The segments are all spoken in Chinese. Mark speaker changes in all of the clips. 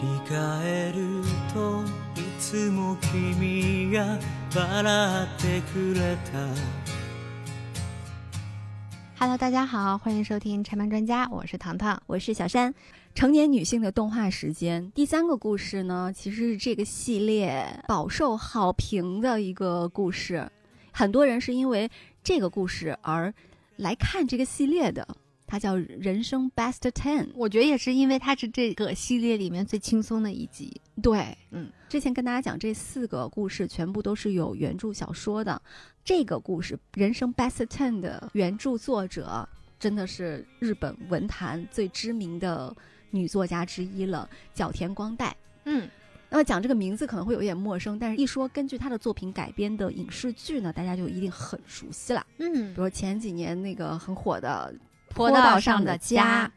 Speaker 1: り返るといつも君が笑ってくれた
Speaker 2: Hello，大家好，欢迎收听拆漫专家，我是糖糖。
Speaker 3: 我是小山。成年女性的动画时间，第三个故事呢，其实是这个系列饱受好评的一个故事，很多人是因为这个故事而来看这个系列的。它叫《人生 Best Ten》。
Speaker 2: 我觉得也是因为它是这个系列里面最轻松的一集。
Speaker 3: 对，
Speaker 2: 嗯，
Speaker 3: 之前跟大家讲这四个故事全部都是有原著小说的。这个故事《人生 Best Ten》的原著作者真的是日本文坛最知名的女作家之一了，角田光代。
Speaker 2: 嗯，
Speaker 3: 那么讲这个名字可能会有一点陌生，但是一说根据她的作品改编的影视剧呢，大家就一定很熟悉了。
Speaker 2: 嗯
Speaker 3: 比如前几年那个很火的《
Speaker 2: 坡道
Speaker 3: 道
Speaker 2: 上
Speaker 3: 上
Speaker 2: 的家
Speaker 3: 家》，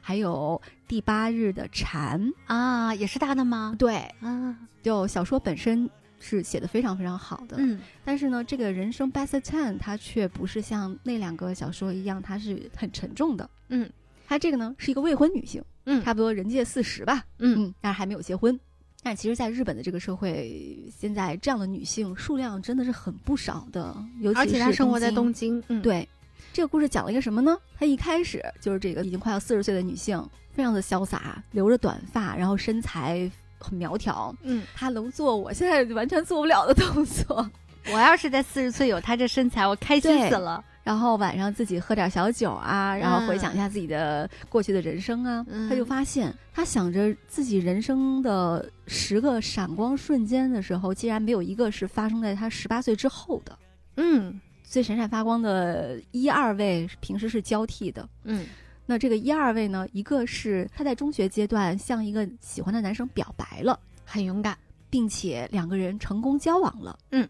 Speaker 3: 还有《第八日的蝉》。
Speaker 2: 啊，也是他的吗？
Speaker 3: 对，
Speaker 2: 啊，
Speaker 3: 就小说本身是写的非常非常好的，
Speaker 2: 嗯
Speaker 3: 但是呢，这个人生 Best Ten 它却不是像那两个小说一样，它是很沉重的。
Speaker 2: 嗯，
Speaker 3: 她这个呢是一个未婚女性，
Speaker 2: 嗯
Speaker 3: 差不多人界四十吧，
Speaker 2: 嗯
Speaker 3: 嗯，但是还没有结婚。但其实，在日本的这个社会，现在这样的女性数量真的是很不少的，尤其
Speaker 2: 而且他
Speaker 3: 是
Speaker 2: 生活在
Speaker 3: 东
Speaker 2: 东京，嗯，
Speaker 3: 京。，对，这个故事讲了一个什么呢？她一开始就是这个已经快要四十岁的女性，非常的潇洒，留着短发，然后身材很苗条。
Speaker 2: 嗯，
Speaker 3: 她能做我现在完全做不了的动作。
Speaker 2: 我要是在四十岁有他这身材，我开心
Speaker 3: 对
Speaker 2: 死了。
Speaker 3: 然后晚上自己喝点小酒啊，然后回想一下自己的过去的人生啊，
Speaker 2: 嗯
Speaker 3: 他就发现，他想着自己人生的十个闪光瞬间的时候，竟然没有一个是发生在他十八岁之后的。
Speaker 2: 嗯
Speaker 3: 最闪闪发光的一二位平时是交替的，
Speaker 2: 嗯
Speaker 3: 那这个一二位呢，一个是他在中学阶段向一个喜欢的男生表白了，
Speaker 2: 很勇敢。
Speaker 3: 并且两个人成功交往了。
Speaker 2: 嗯，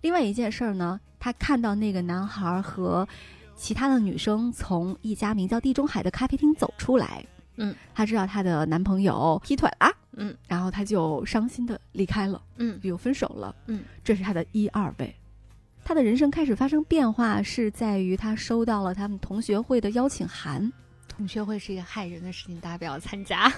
Speaker 3: 另外一件事儿呢，他看到那个男孩和其他的女生从一家名叫地中海的咖啡厅走出来。
Speaker 2: 嗯，
Speaker 3: 他知道她的男朋友劈腿了，
Speaker 2: 嗯
Speaker 3: 然后他就伤心的离开了，
Speaker 2: 嗯
Speaker 3: 又分手了。
Speaker 2: 嗯，
Speaker 3: 这是他的一二位。他的人生开始发生变化，是在于他收到了他们同学会的邀请函。
Speaker 2: 同学会是一个害人的事情，大家不要参加。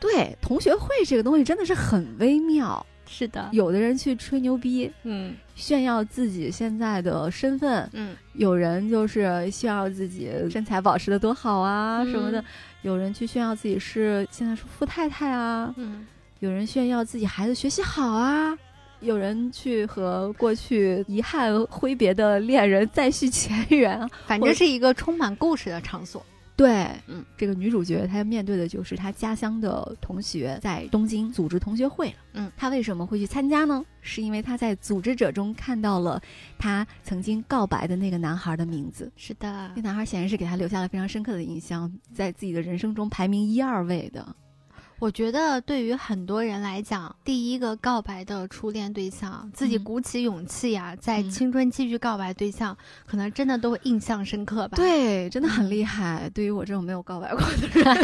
Speaker 3: 对，同学会这个东西真的是很微妙，
Speaker 2: 是的，
Speaker 3: 有的人去吹牛逼，
Speaker 2: 嗯
Speaker 3: 炫耀自己现在的身份，
Speaker 2: 嗯
Speaker 3: 有人就是炫耀自己身材保持的多好啊
Speaker 2: 嗯
Speaker 3: 什么的，有人去炫耀自己是现在是富太太啊，
Speaker 2: 嗯，
Speaker 3: 有人炫耀自己孩子学习好啊，有人去和过去遗憾挥别的恋人再续前缘啊。
Speaker 2: 反正是一个充满故事的场所。
Speaker 3: 对，
Speaker 2: 嗯，
Speaker 3: 这个女主角她面对的就是她家乡的同学在东京组织同学会了。
Speaker 2: 嗯，
Speaker 3: 她为什么会去参加呢？是因为她在组织者中看到了她曾经告白的那个男孩的名字。
Speaker 2: 是的
Speaker 3: 那，男孩显然是给她留下了非常深刻的印象，在自己的人生中排名一二位的。
Speaker 2: 我觉得对于很多人来讲，第一个告白的初恋对象，自己
Speaker 3: 嗯
Speaker 2: 鼓起勇气呀、在
Speaker 3: 嗯
Speaker 2: 青春期去告白对象，可能真的都会印象深刻吧。，
Speaker 3: 对，真的
Speaker 2: 嗯
Speaker 3: 很厉害。对于我这种没有告白过的人，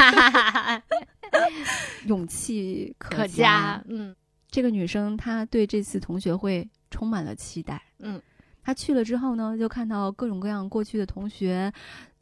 Speaker 3: 勇气可啊
Speaker 2: 可嘉，嗯
Speaker 3: 这个女生她对这次同学会充满了期待。
Speaker 2: 嗯，
Speaker 3: 她去了之后呢，就看到各种各样过去的同学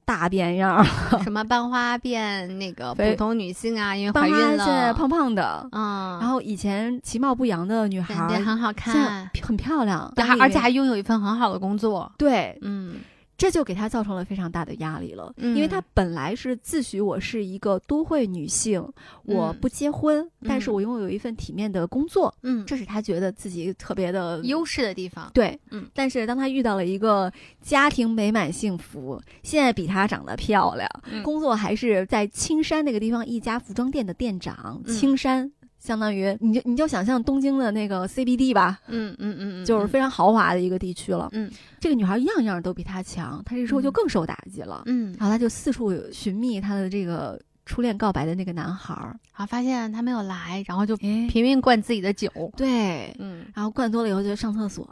Speaker 3: 大变样儿，
Speaker 2: 什么班花变那个
Speaker 3: 非
Speaker 2: 普通女性啊，因为
Speaker 3: 爸
Speaker 2: 怀
Speaker 3: 妈
Speaker 2: 孕
Speaker 3: 现在
Speaker 2: 了，
Speaker 3: 胖胖的，
Speaker 2: 嗯，
Speaker 3: 然后以前其貌不扬的女孩
Speaker 2: 感
Speaker 3: 儿
Speaker 2: 觉很好
Speaker 3: 现在
Speaker 2: 看，
Speaker 3: 很漂亮，
Speaker 2: 然
Speaker 3: 家
Speaker 2: 后
Speaker 3: 里
Speaker 2: 而且
Speaker 3: 面
Speaker 2: 还拥有一份很好的工作，
Speaker 3: 对，
Speaker 2: 嗯
Speaker 3: 这就给她造成了非常大的压力了，
Speaker 2: 嗯
Speaker 3: 因为她本来是自诩我是一个都会女性，我
Speaker 2: 嗯
Speaker 3: 不结婚，但是
Speaker 2: 嗯
Speaker 3: 我拥有一份体面的工作，
Speaker 2: 嗯，
Speaker 3: 这是她觉得自己特别的
Speaker 2: 优势的地方，
Speaker 3: 对，
Speaker 2: 嗯，
Speaker 3: 但是当她遇到了一个家庭美满幸福，现在比她长得漂亮，
Speaker 2: 嗯
Speaker 3: 工作还是在青山那个地方一家服装店的店长，
Speaker 2: 嗯
Speaker 3: 青山。相当于你就你就想象东京的那个 CBD 吧，
Speaker 2: 嗯嗯嗯嗯，
Speaker 3: 就是非常豪华的一个地区了。
Speaker 2: 嗯
Speaker 3: 这个女孩样样都比她强，她这时候
Speaker 2: 嗯
Speaker 3: 就更受打击了。
Speaker 2: 嗯，
Speaker 3: 然后她就四处寻觅她的这个初恋告白的那个男孩儿。
Speaker 2: 好，发现他没有来，然后就
Speaker 3: 哎，
Speaker 2: 拼命灌自己的酒，
Speaker 3: 对，
Speaker 2: 嗯
Speaker 3: 然后灌多了以后就上厕所，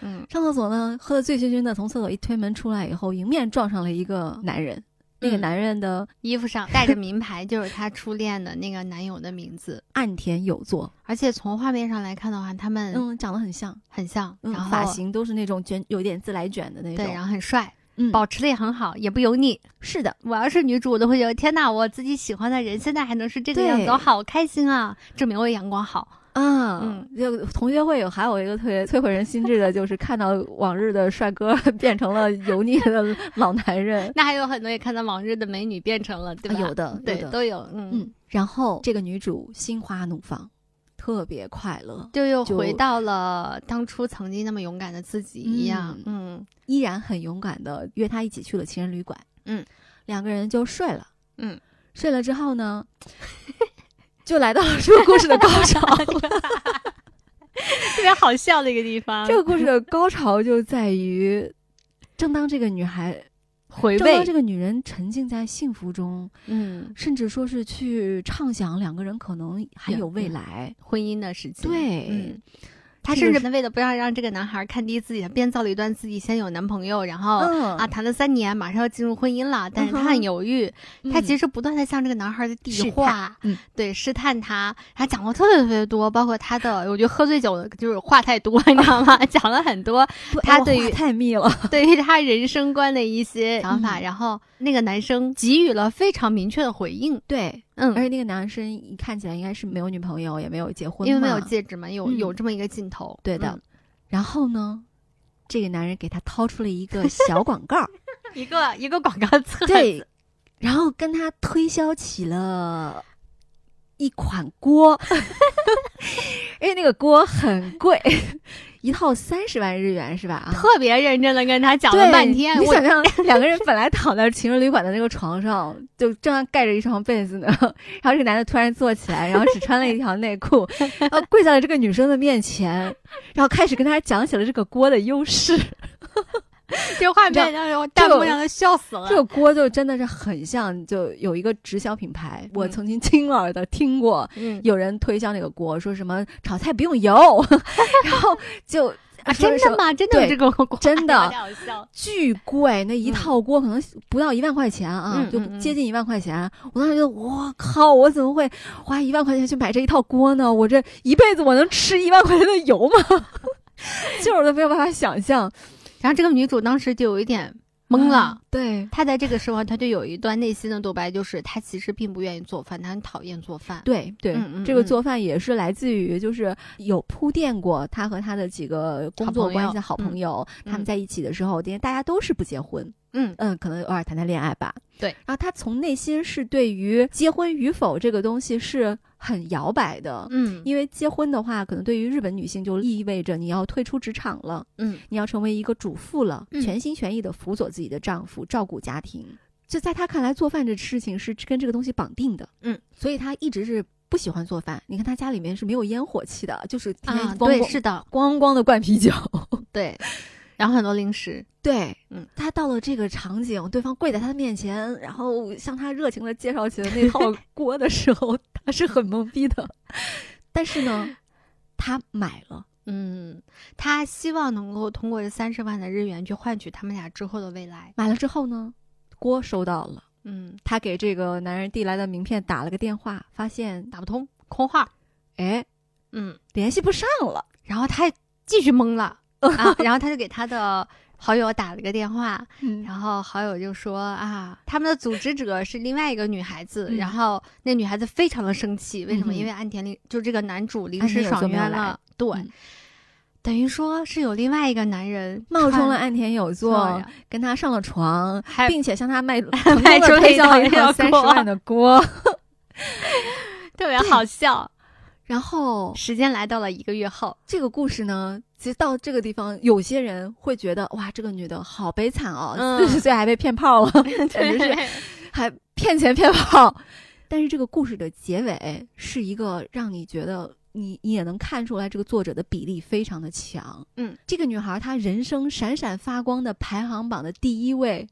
Speaker 2: 嗯
Speaker 3: 上厕所呢，喝得醉醺醺的，从厕所一推门出来以后，迎面撞上了一个男人。那个
Speaker 2: 嗯
Speaker 3: 男人的
Speaker 2: 衣服上带着名牌，就是她初恋的那个男友的名字。
Speaker 3: 岸田有作，
Speaker 2: 而且从画面上来看的话，他们
Speaker 3: 嗯，长得很像，
Speaker 2: 很像，
Speaker 3: 嗯
Speaker 2: 然后
Speaker 3: 发型都是那种卷，有点自来卷的那种。
Speaker 2: 对，然后很帅，
Speaker 3: 嗯，
Speaker 2: 保持的也很好，也不油腻。
Speaker 3: 是的，
Speaker 2: 我要是女主，我都会觉得天哪，我自己喜欢的人现在还能是这个样子，
Speaker 3: 对
Speaker 2: 我好开心啊！证明我阳光好。
Speaker 3: 啊，
Speaker 2: 嗯，
Speaker 3: 就同学会有还有一个特别摧毁人心智的，就是看到往日的帅哥变成了油腻的老男人
Speaker 2: 那还有很多也看到往日的美女变成 了，对吧？
Speaker 3: 啊有的，
Speaker 2: 对
Speaker 3: 有的，
Speaker 2: 都有，嗯，
Speaker 3: 嗯。然后这个女主心花怒放，特别快乐，
Speaker 2: 就又
Speaker 3: 就
Speaker 2: 回到了当初曾经那么勇敢的自己一样，嗯
Speaker 3: 依然很勇敢的约他一起去了情人旅馆。
Speaker 2: 嗯，
Speaker 3: 两个人就睡了。
Speaker 2: 嗯，
Speaker 3: 睡了之后呢， 就来到了这个故事的高 潮。
Speaker 2: 特别好笑的一个地方
Speaker 3: 这个故事的高潮就在于，正当这个女孩，
Speaker 2: 回
Speaker 3: 正当这
Speaker 2: 味，
Speaker 3: 个女人沉浸在幸福中，
Speaker 2: 嗯，
Speaker 3: 甚至说是去畅想两个人可能还有未来。
Speaker 2: 婚姻的时期，
Speaker 3: 对
Speaker 2: 嗯。她
Speaker 3: 这个
Speaker 2: 甚至为了不要让这个男孩看低自己，编造了一段自己先有男朋友，然后、
Speaker 3: 嗯
Speaker 2: 啊，谈了三年，马上要进入婚姻了，但是
Speaker 3: 嗯
Speaker 2: 她
Speaker 3: 哼
Speaker 2: 很犹豫，她其
Speaker 3: 实
Speaker 2: 实不断的向这个男孩的
Speaker 3: 试
Speaker 2: 递
Speaker 3: 探
Speaker 2: 话，
Speaker 3: 嗯
Speaker 2: 对，试探他，还讲过特别特别多，包括他的，我觉得喝醉酒的就是话太多， 你知道吗？讲了很 多她对于
Speaker 3: 嗯太 密了，
Speaker 2: 对于他人生观的一些想法，
Speaker 3: 嗯
Speaker 2: 然后那个男生给予了非常明确的回应，
Speaker 3: 对，而
Speaker 2: 嗯，
Speaker 3: 且那个男生一看起来应该是没有女朋友，也没有结婚嘛，
Speaker 2: 因为没有戒指嘛，有
Speaker 3: 嗯
Speaker 2: 有这么一个镜头，嗯
Speaker 3: 对的。然后呢，这个男人给他掏出了 一个小广告，
Speaker 2: 嗯，一个一个广告册，
Speaker 3: 对，然后跟他推销起了一款 锅，而且那个锅很贵，一套三十万日元是吧？啊。
Speaker 2: 特别认真的跟他讲
Speaker 3: 对
Speaker 2: 了半天，
Speaker 3: 你
Speaker 2: 我
Speaker 3: 想象两个人本来躺在情人旅馆的那个床上，就正要盖着一床被子呢，然后这个男的突然坐起来，然后只穿了一条内 裤，然后跪在了这个女生的面前，然后开始跟她讲起了这个锅的优势。
Speaker 2: 这画
Speaker 3: 你知道
Speaker 2: 面让我
Speaker 3: 这
Speaker 2: 弹
Speaker 3: 个
Speaker 2: 幕让他笑死了
Speaker 3: 这。个锅就真的是很像，就有一个直销品牌，我
Speaker 2: 嗯
Speaker 3: 曾经亲耳的听过
Speaker 2: 嗯，
Speaker 3: 有人推销那个锅，说什么炒菜不用 油，然后就
Speaker 2: 啊，
Speaker 3: 说
Speaker 2: 真
Speaker 3: 什
Speaker 2: 的
Speaker 3: 么
Speaker 2: 吗？真的有
Speaker 3: 对
Speaker 2: 这个 广告
Speaker 3: 真的
Speaker 2: 有点好笑
Speaker 3: 巨贵，那一套锅可能不到一万块钱啊，
Speaker 2: 嗯
Speaker 3: 就
Speaker 2: 嗯嗯
Speaker 3: 接近一万块钱。我当时觉得，我靠，我怎么会花一万块钱去买这一套锅呢？我这一辈子我能吃一万块钱的油吗？ 就是我都没有办法想象，
Speaker 2: 然后这个女主当时就有一点懵了。
Speaker 3: 嗯。对
Speaker 2: 她在这个时候，她就有一段内心的独白，就是她其实并不愿意做饭，她很讨厌做饭。
Speaker 3: 对对，
Speaker 2: 嗯嗯
Speaker 3: 这个
Speaker 2: 嗯
Speaker 3: 做饭也是来自于就是有铺垫过他和他的几个工作关系的好朋友，
Speaker 2: 嗯
Speaker 3: 他们在一起的时候，因为大家都是不结婚，
Speaker 2: 嗯，
Speaker 3: 嗯，可能偶尔谈谈恋爱吧。
Speaker 2: 对
Speaker 3: 然后他从内心是对于结婚与否这个东西是很摇摆的。
Speaker 2: 嗯
Speaker 3: 因为结婚的话，可能对于日本女性就意味着你要退出职场了，
Speaker 2: 嗯，
Speaker 3: 你要成为一个主妇了，
Speaker 2: 嗯
Speaker 3: 全心全意的辅佐自己的丈夫，照顾家庭。就在她看来，做饭这事情是跟这个东西绑定的，
Speaker 2: 嗯，
Speaker 3: 所以她一直是不喜欢做饭。你看她家里面是没有烟火气的，就是天天
Speaker 2: 啊，
Speaker 3: 光光、
Speaker 2: 对，是的，
Speaker 3: 光光的灌啤酒。
Speaker 2: 对。然后很多零食，
Speaker 3: 对，
Speaker 2: 嗯，
Speaker 3: 她到了这个场景，对方跪在她的面前，然后向她热情的介绍起了那套锅的时候，她是很懵逼的。但是呢， 她买了。
Speaker 2: 嗯，她希望能够通过这三十万的日元去换取他们俩之后的未来。
Speaker 3: 买了之后呢，锅收到了，
Speaker 2: 嗯，
Speaker 3: 他给这个男人递来的名片打了个电话，发现
Speaker 2: 打不通，空话。
Speaker 3: 哎
Speaker 2: 嗯，
Speaker 3: 联系不上了，
Speaker 2: 然后她继续懵 了啊，然后她就给她的好友打了个电话，
Speaker 3: 然后
Speaker 2: 然后好友就说啊，他们的组织者是另外一个女孩子，
Speaker 3: 嗯
Speaker 2: 然后那女孩子非常的生气，为什么？
Speaker 3: 嗯哼
Speaker 2: 因为安田临就这个男主临
Speaker 3: 安田
Speaker 2: 时
Speaker 3: 有
Speaker 2: 爽
Speaker 3: 做没有
Speaker 2: 约
Speaker 3: 来
Speaker 2: 了，对，
Speaker 3: 嗯
Speaker 2: 等于说是有另外一个男人
Speaker 3: 冒充了
Speaker 2: 安
Speaker 3: 岸田有作，跟他上了床，
Speaker 2: 还
Speaker 3: 并且向 他卖成功
Speaker 2: 卖出
Speaker 3: 的
Speaker 2: 了
Speaker 3: 推
Speaker 2: 一
Speaker 3: 销
Speaker 2: 套
Speaker 3: 一
Speaker 2: 药
Speaker 3: 套三十
Speaker 2: 锅
Speaker 3: 万的 锅。
Speaker 2: 特别好笑。
Speaker 3: 然后
Speaker 2: 时间来到了一个月后，
Speaker 3: 这个故事呢，其实到这个地方，有些人会觉得哇，这个女的好悲惨哦，
Speaker 2: 嗯
Speaker 3: 四十岁还被骗 炮了，简直是
Speaker 2: 对
Speaker 3: 还骗钱骗炮。 但是这个故事的结尾是一个让你觉得你你也能看出来这个作者的比例非常的强。
Speaker 2: 嗯，
Speaker 3: 这个女孩她人生闪闪发光的排行榜的第一位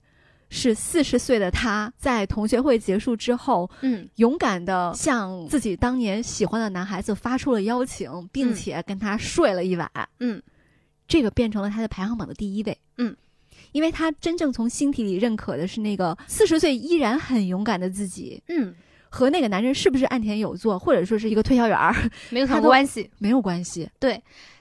Speaker 3: 是四十岁的她在同学会结束之后，
Speaker 2: 嗯
Speaker 3: 勇敢的向自己当年喜欢的男孩子发出了邀请，并且跟他睡了一晚。
Speaker 2: 嗯，
Speaker 3: 这个变成了他的排行榜的第一位。
Speaker 2: 嗯，
Speaker 3: 因为他真正从心底里认可的是那个四十岁依然很勇敢的自己，
Speaker 2: 嗯
Speaker 3: 和那个男人是不是岸田有作，或者说是一个推销员儿
Speaker 2: 没有什
Speaker 3: 他
Speaker 2: 么
Speaker 3: 都
Speaker 2: 关系。
Speaker 3: 没有关系。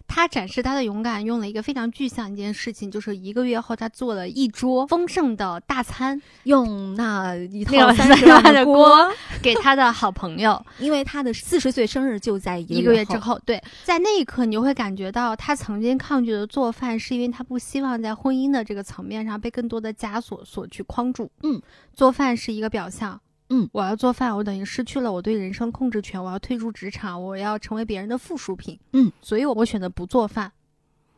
Speaker 2: 他展示他的勇敢，用了一个非常具象一件事情，就是一个月后他做了一桌丰盛的大餐
Speaker 3: 用那一
Speaker 2: 那
Speaker 3: 套
Speaker 2: 个
Speaker 3: 三十
Speaker 2: 30万
Speaker 3: 万
Speaker 2: 的
Speaker 3: 锅
Speaker 2: 锅， 给他的好朋友。
Speaker 3: 因为他的四十岁生日就 在
Speaker 2: 一个月之。后，对，在那一刻你就会感觉到他曾经抗拒的做饭，是因为他不希望在婚姻的这个层面上被更多的枷锁所去框住。
Speaker 3: 嗯，
Speaker 2: 做饭是一个表象。
Speaker 3: 嗯，
Speaker 2: 我要做饭，我等于失去了我对人生控制权，我要退出职场，我要成为别人的附属品。
Speaker 3: 嗯，
Speaker 2: 所以我选择不做饭。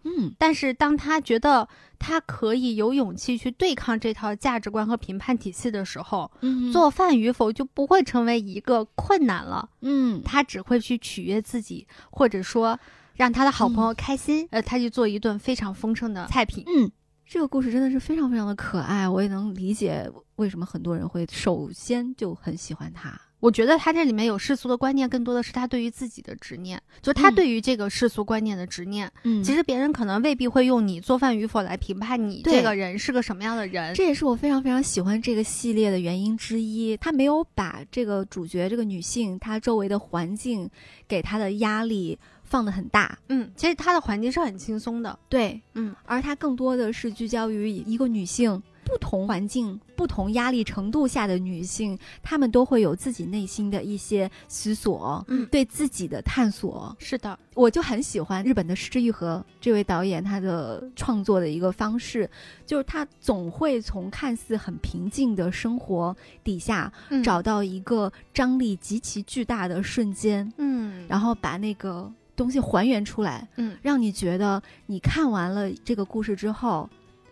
Speaker 3: 嗯，
Speaker 2: 但是当他觉得他可以有勇气去对抗这套价值观和评判体系的时候，
Speaker 3: 嗯
Speaker 2: 做饭与否就不会成为一个困难了。
Speaker 3: 嗯
Speaker 2: 他只会去取悦自己，或者说让他的好朋友开心，呃，他去做一顿非常丰盛的菜品。
Speaker 3: 嗯，这个故事真的是非常非常的可爱，我也能理解为什么很多人会首先就很喜欢他。
Speaker 2: 我觉得他这里面有世俗的观念，更多的是他对于自己的执念，就他
Speaker 3: 嗯
Speaker 2: 对于这个世俗观念的执念。
Speaker 3: 嗯
Speaker 2: 其实别人可能未必会用你做饭与否来评判你
Speaker 3: 对
Speaker 2: 这个人是个什么样的人。
Speaker 3: 这也是我非常非常喜欢这个系列的原因之一。他没有把这个主角这个女性她周围的环境给她的压力放得很大，
Speaker 2: 嗯，其实他的环境是很轻松的。
Speaker 3: 对，
Speaker 2: 嗯，
Speaker 3: 而她更多的是聚焦于一个女性。不同环境、不同压力程度下的女性，她们都会有自己内心的一些思索，
Speaker 2: 嗯
Speaker 3: 对自己的探索。
Speaker 2: 是的，
Speaker 3: 我就很喜欢日本的施玉和这位导演他的创作的一个方式，就是他总会从看似很平静的生活底下，
Speaker 2: 嗯
Speaker 3: 找到一个张力极其巨大的瞬间，
Speaker 2: 嗯，
Speaker 3: 然后把那个东西还原出来，
Speaker 2: 嗯
Speaker 3: 让你觉得你看完了这个故事之后，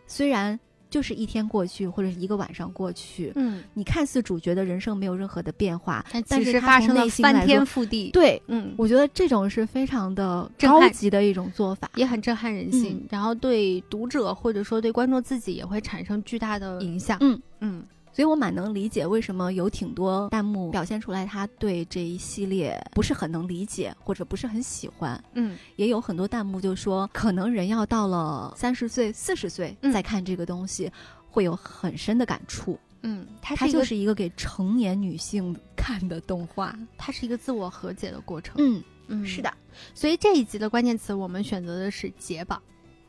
Speaker 3: 虽然就是一天过去或者是一个晚上过去，
Speaker 2: 嗯，
Speaker 3: 你看似主角的人生没有任何的变化，
Speaker 2: 但
Speaker 3: 但
Speaker 2: 其
Speaker 3: 是
Speaker 2: 实
Speaker 3: 他
Speaker 2: 发
Speaker 3: 从
Speaker 2: 生了
Speaker 3: 内心来
Speaker 2: 翻
Speaker 3: 说
Speaker 2: 天覆地。
Speaker 3: 对，
Speaker 2: 嗯，
Speaker 3: 我觉得这种是非常的
Speaker 2: 震
Speaker 3: 高
Speaker 2: 撼
Speaker 3: 级的一种做法。
Speaker 2: 也很震撼人心，
Speaker 3: 嗯
Speaker 2: 然后对读者或者说对观众自己也会产生巨大的影响。
Speaker 3: 嗯
Speaker 2: 嗯，
Speaker 3: 所以我蛮能理解为什么有挺多弹幕表现出来他对这一系列不是很能理解或者不是很喜欢，
Speaker 2: 嗯，
Speaker 3: 也有很多弹幕就说可能人要到了三十岁、四十岁
Speaker 2: 嗯
Speaker 3: 再看这个东西。会有很深的感触，
Speaker 2: 嗯，它
Speaker 3: 它
Speaker 2: 是一
Speaker 3: 就
Speaker 2: 个
Speaker 3: 是一个给成年女性看的动画。
Speaker 2: 它是一个自我和解的过程。
Speaker 3: 嗯，
Speaker 2: 嗯，
Speaker 3: 是。的，
Speaker 2: 所以这一集的关键词我们选择的是解绑。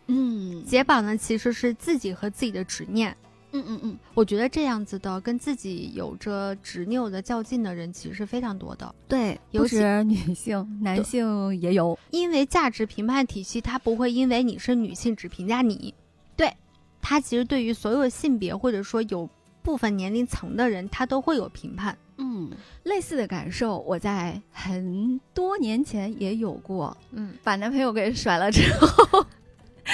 Speaker 3: 嗯，
Speaker 2: 解绑呢，其实是自己和自己的执念。
Speaker 3: 嗯嗯嗯，
Speaker 2: 我觉得这样子的跟自己有着执拗的较劲的人，其实是非常多的。
Speaker 3: 对，
Speaker 2: 尤
Speaker 3: 不
Speaker 2: 其
Speaker 3: 止女性，男
Speaker 2: 对
Speaker 3: 性也有。
Speaker 2: 因为价值评判体系，它不会因为你是女性只评价你。
Speaker 3: 对，
Speaker 2: 它其实对于所有性别或者说有部分年龄层的人，它都会有评判。
Speaker 3: 嗯，类似的感受我在很多年前也有过，
Speaker 2: 嗯
Speaker 3: 把男朋友给甩了之后，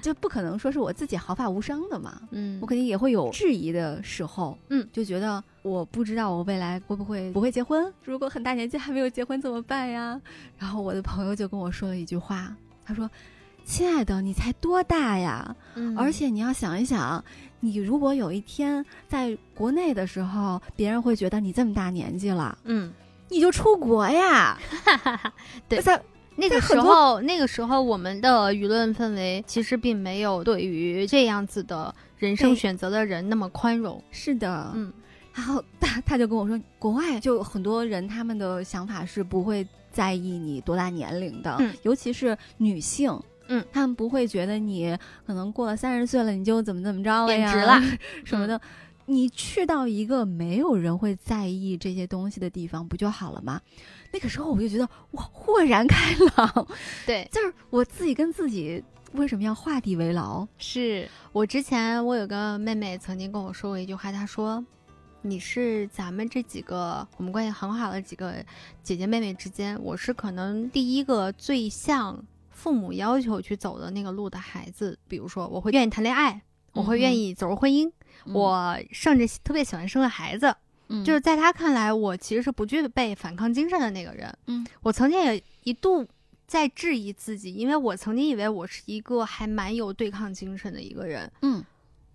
Speaker 3: 就不可能说是我自己毫发无伤的嘛，
Speaker 2: 嗯
Speaker 3: 我肯定也会有质疑的时候，
Speaker 2: 嗯，
Speaker 3: 就觉得我不知道我未来会不会不会结婚，如果很大年纪还没有结婚怎么办呀？然后我的朋友就跟我说了一句话，他说：“亲爱的，你才多大呀？
Speaker 2: 嗯
Speaker 3: 而且你要想一想，你如果有一天在国内的时候，别人会觉得你这么大年纪了，
Speaker 2: 嗯，
Speaker 3: 你就出国呀。
Speaker 2: 对
Speaker 3: 在
Speaker 2: 那个
Speaker 3: 在很
Speaker 2: 时
Speaker 3: 多
Speaker 2: 候，那个时候我们的舆论氛围其实并没有对于这样子的人生
Speaker 3: 对
Speaker 2: 选择的人那么宽容。
Speaker 3: 是的，
Speaker 2: 嗯
Speaker 3: 然后他他就跟我说，国外就很多人他们的想法是不会在意你多大年龄的，
Speaker 2: 嗯
Speaker 3: 尤其是女性。
Speaker 2: 嗯，
Speaker 3: 他们不会觉得你可能过了三十岁了，你就怎么怎么着了
Speaker 2: 贬
Speaker 3: 呀，
Speaker 2: 值 嗯啦
Speaker 3: 什么的。你去到一个没有人会在意这些东西的地方，不就好了吗？那个时候我就觉得哇，豁然开朗，
Speaker 2: 对，
Speaker 3: 就是我自己跟自己为什么要画地为牢？
Speaker 2: 是我之前我有个妹妹曾经跟我说过一句话，她说：“你是咱们这几个我们关系很好的几个姐姐妹妹之间，我是可能第一个最向父母要求去走的那个路的孩子。比如说，我会愿意谈恋爱，我会
Speaker 3: 嗯哼
Speaker 2: 愿意走入婚姻，
Speaker 3: 嗯
Speaker 2: 我甚至特别喜欢生个孩子。就
Speaker 3: 就是是
Speaker 2: 在他看来，我其实是不具备反抗精神的那个人。
Speaker 3: 嗯，
Speaker 2: 我曾经也一度在质疑自己，因为我曾经以为我是一个还蛮有对抗精神的一个人。
Speaker 3: 嗯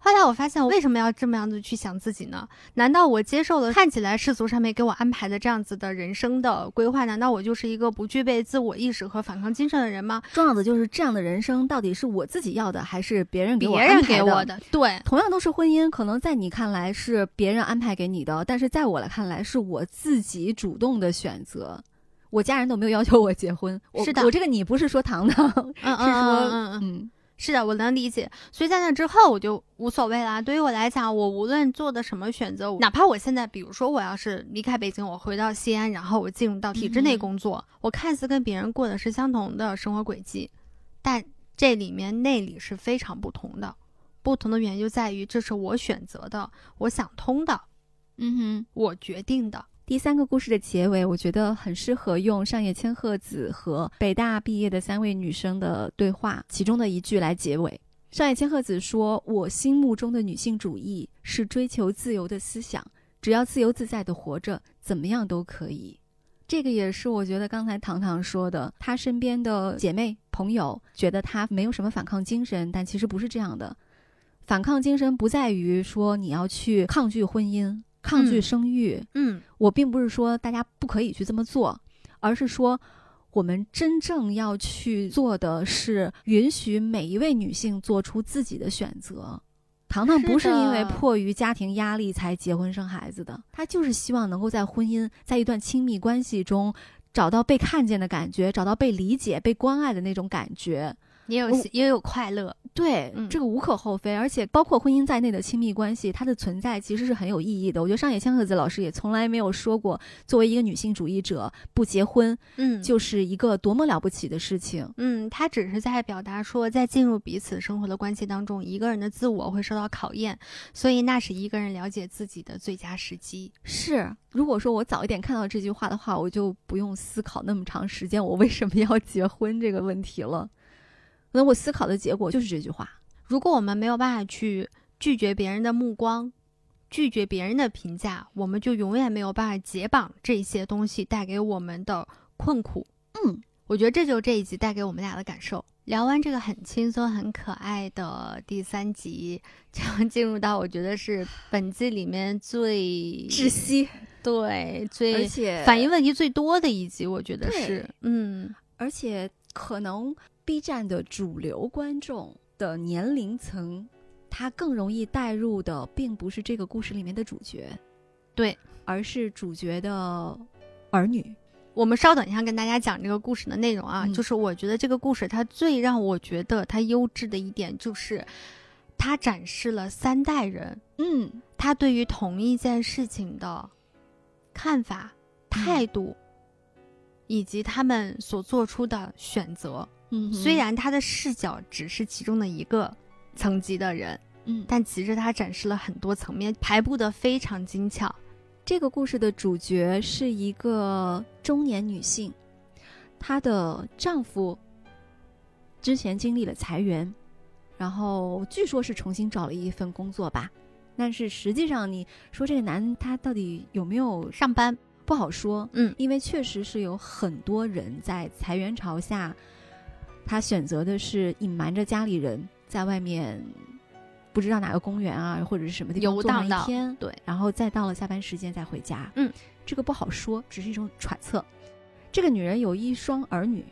Speaker 2: 后来我发现，我为什么要这么样子去想自己呢？难道我接受了看起来世俗上面给我安排的这样子的人生的规划？难道我就是一个不具备自我意识和反抗精神的人吗？
Speaker 3: 重要的就是这样的人生到底是我自己要的，还是别人给我
Speaker 2: 别
Speaker 3: 安
Speaker 2: 人
Speaker 3: 排
Speaker 2: 给我
Speaker 3: 的？
Speaker 2: 的，对，
Speaker 3: 同样都是婚姻，可能在你看来是别人安排给你的，但是在我来看来是我自己主动的选择。我家人都没有要求我结婚，我
Speaker 2: 是的
Speaker 3: 我这个你不是说糖糖，
Speaker 2: 嗯嗯
Speaker 3: 是说
Speaker 2: 嗯嗯嗯。
Speaker 3: 嗯，
Speaker 2: 是的，我能理解。所以在那之后，我就无所谓啦。对于我来讲，我无论做的什么选择，哪怕我现在，比如说我要是离开北京，我回到西安，然后我进入到体制内
Speaker 3: 嗯哼
Speaker 2: 工作，我看似跟别人过的是相同的生活轨迹，但这里面内里是非常不同的。不同的原因就在于，这是我选择的，我想通的，
Speaker 3: 嗯哼。
Speaker 2: 我决定的。
Speaker 3: 第三个故事的结尾，我觉得很适合用上野千鹤子和北大毕业的三位女生的对话其中的一句来结尾。上野千鹤子说：“我心目中的女性主义是追求自由的思想，只要自由自在的活着，怎么样都可以。”这个也是我觉得刚才糖糖说的，她身边的姐妹朋友觉得她没有什么反抗精神，但其实不是这样的。反抗精神不在于说你要去抗拒婚姻、抗拒
Speaker 2: 嗯
Speaker 3: 生育，
Speaker 2: 嗯，
Speaker 3: 我并不是说大家不可以去这么做，而是说我们真正要去做的是允许每一位女性做出自己的选择。糖糖
Speaker 2: 是
Speaker 3: 不是因为
Speaker 2: 的
Speaker 3: 迫于家庭压力才结婚生孩子的，她就是希望能够在婚姻，在一段亲密关系中找到被看见的感觉，找到被理解、被关爱的那种感觉。
Speaker 2: 也有
Speaker 3: 我
Speaker 2: 也有快乐。
Speaker 3: 对，
Speaker 2: 嗯
Speaker 3: 这个无可厚非，而且包括婚姻在内的亲密关系，它的存在其实是很有意义的。我觉得上野千鹤子老师也从来没有说过，作为一个女性主义者，不结婚
Speaker 2: 嗯，
Speaker 3: 就是一个多么了不起的事情。
Speaker 2: 嗯，他只是在表达说，在进入彼此生活的关系当中，一个人的自我会受到考验，所以那是一个人了解自己的最佳时机。
Speaker 3: 是，如果说我早一点看到这句话的话，我就不用思考那么长时间我为什么要结婚这个问题了。那我思考的结果就是这句话。
Speaker 2: 如果我们没有办法去拒绝别人的目光，拒绝别人的评价，我们就永远没有办法解绑这些东西带给我们的困苦。
Speaker 3: 嗯，
Speaker 2: 我觉得这就是这一集带给我们俩的感受。聊完这个很轻松、很可爱的第三集，就进入到我觉得是本季里面最
Speaker 3: 息，
Speaker 2: 对
Speaker 3: 而
Speaker 2: 最
Speaker 3: 且
Speaker 2: 反映问题最多的一集，我觉得
Speaker 3: 对
Speaker 2: 是，嗯，
Speaker 3: 而且可能 B 站的主流观众的年龄层，他更容易带入的并不是这个故事里面的主角，
Speaker 2: 对，
Speaker 3: 而是主角的儿女。
Speaker 2: 我们稍等一下跟大家讲这个故事的内容啊，
Speaker 3: 嗯
Speaker 2: 就是我觉得这个故事它最让我觉得它优质的一点就是，它展示了三代人
Speaker 3: 嗯，
Speaker 2: 他对于同一件事情的看法、
Speaker 3: 嗯
Speaker 2: 态度，以及他们所做出的选择。
Speaker 3: 嗯哼
Speaker 2: 虽然他的视角只是其中的一个层级的人，
Speaker 3: 嗯，但
Speaker 2: 但其实他展示了很多层面，排布的非常精巧。
Speaker 3: 这个故事的主角是一个中年女性，她的丈夫之前经历了裁员，然后据说是重新找了一份工作吧。但是实际上，你说这个男他到底有没有
Speaker 2: 上班，
Speaker 3: 不好说，
Speaker 2: 嗯
Speaker 3: 因为确实是有很多人在裁员潮下，他选择的是隐瞒着家里人，在外面不知道哪个公园啊或者是什么地方
Speaker 2: 游
Speaker 3: 坐上
Speaker 2: 荡
Speaker 3: 一
Speaker 2: 到
Speaker 3: 天，
Speaker 2: 对，
Speaker 3: 然后再到了下班时间再回家。
Speaker 2: 嗯，
Speaker 3: 这个不好说，只是一种揣测。这个女人有一双儿女，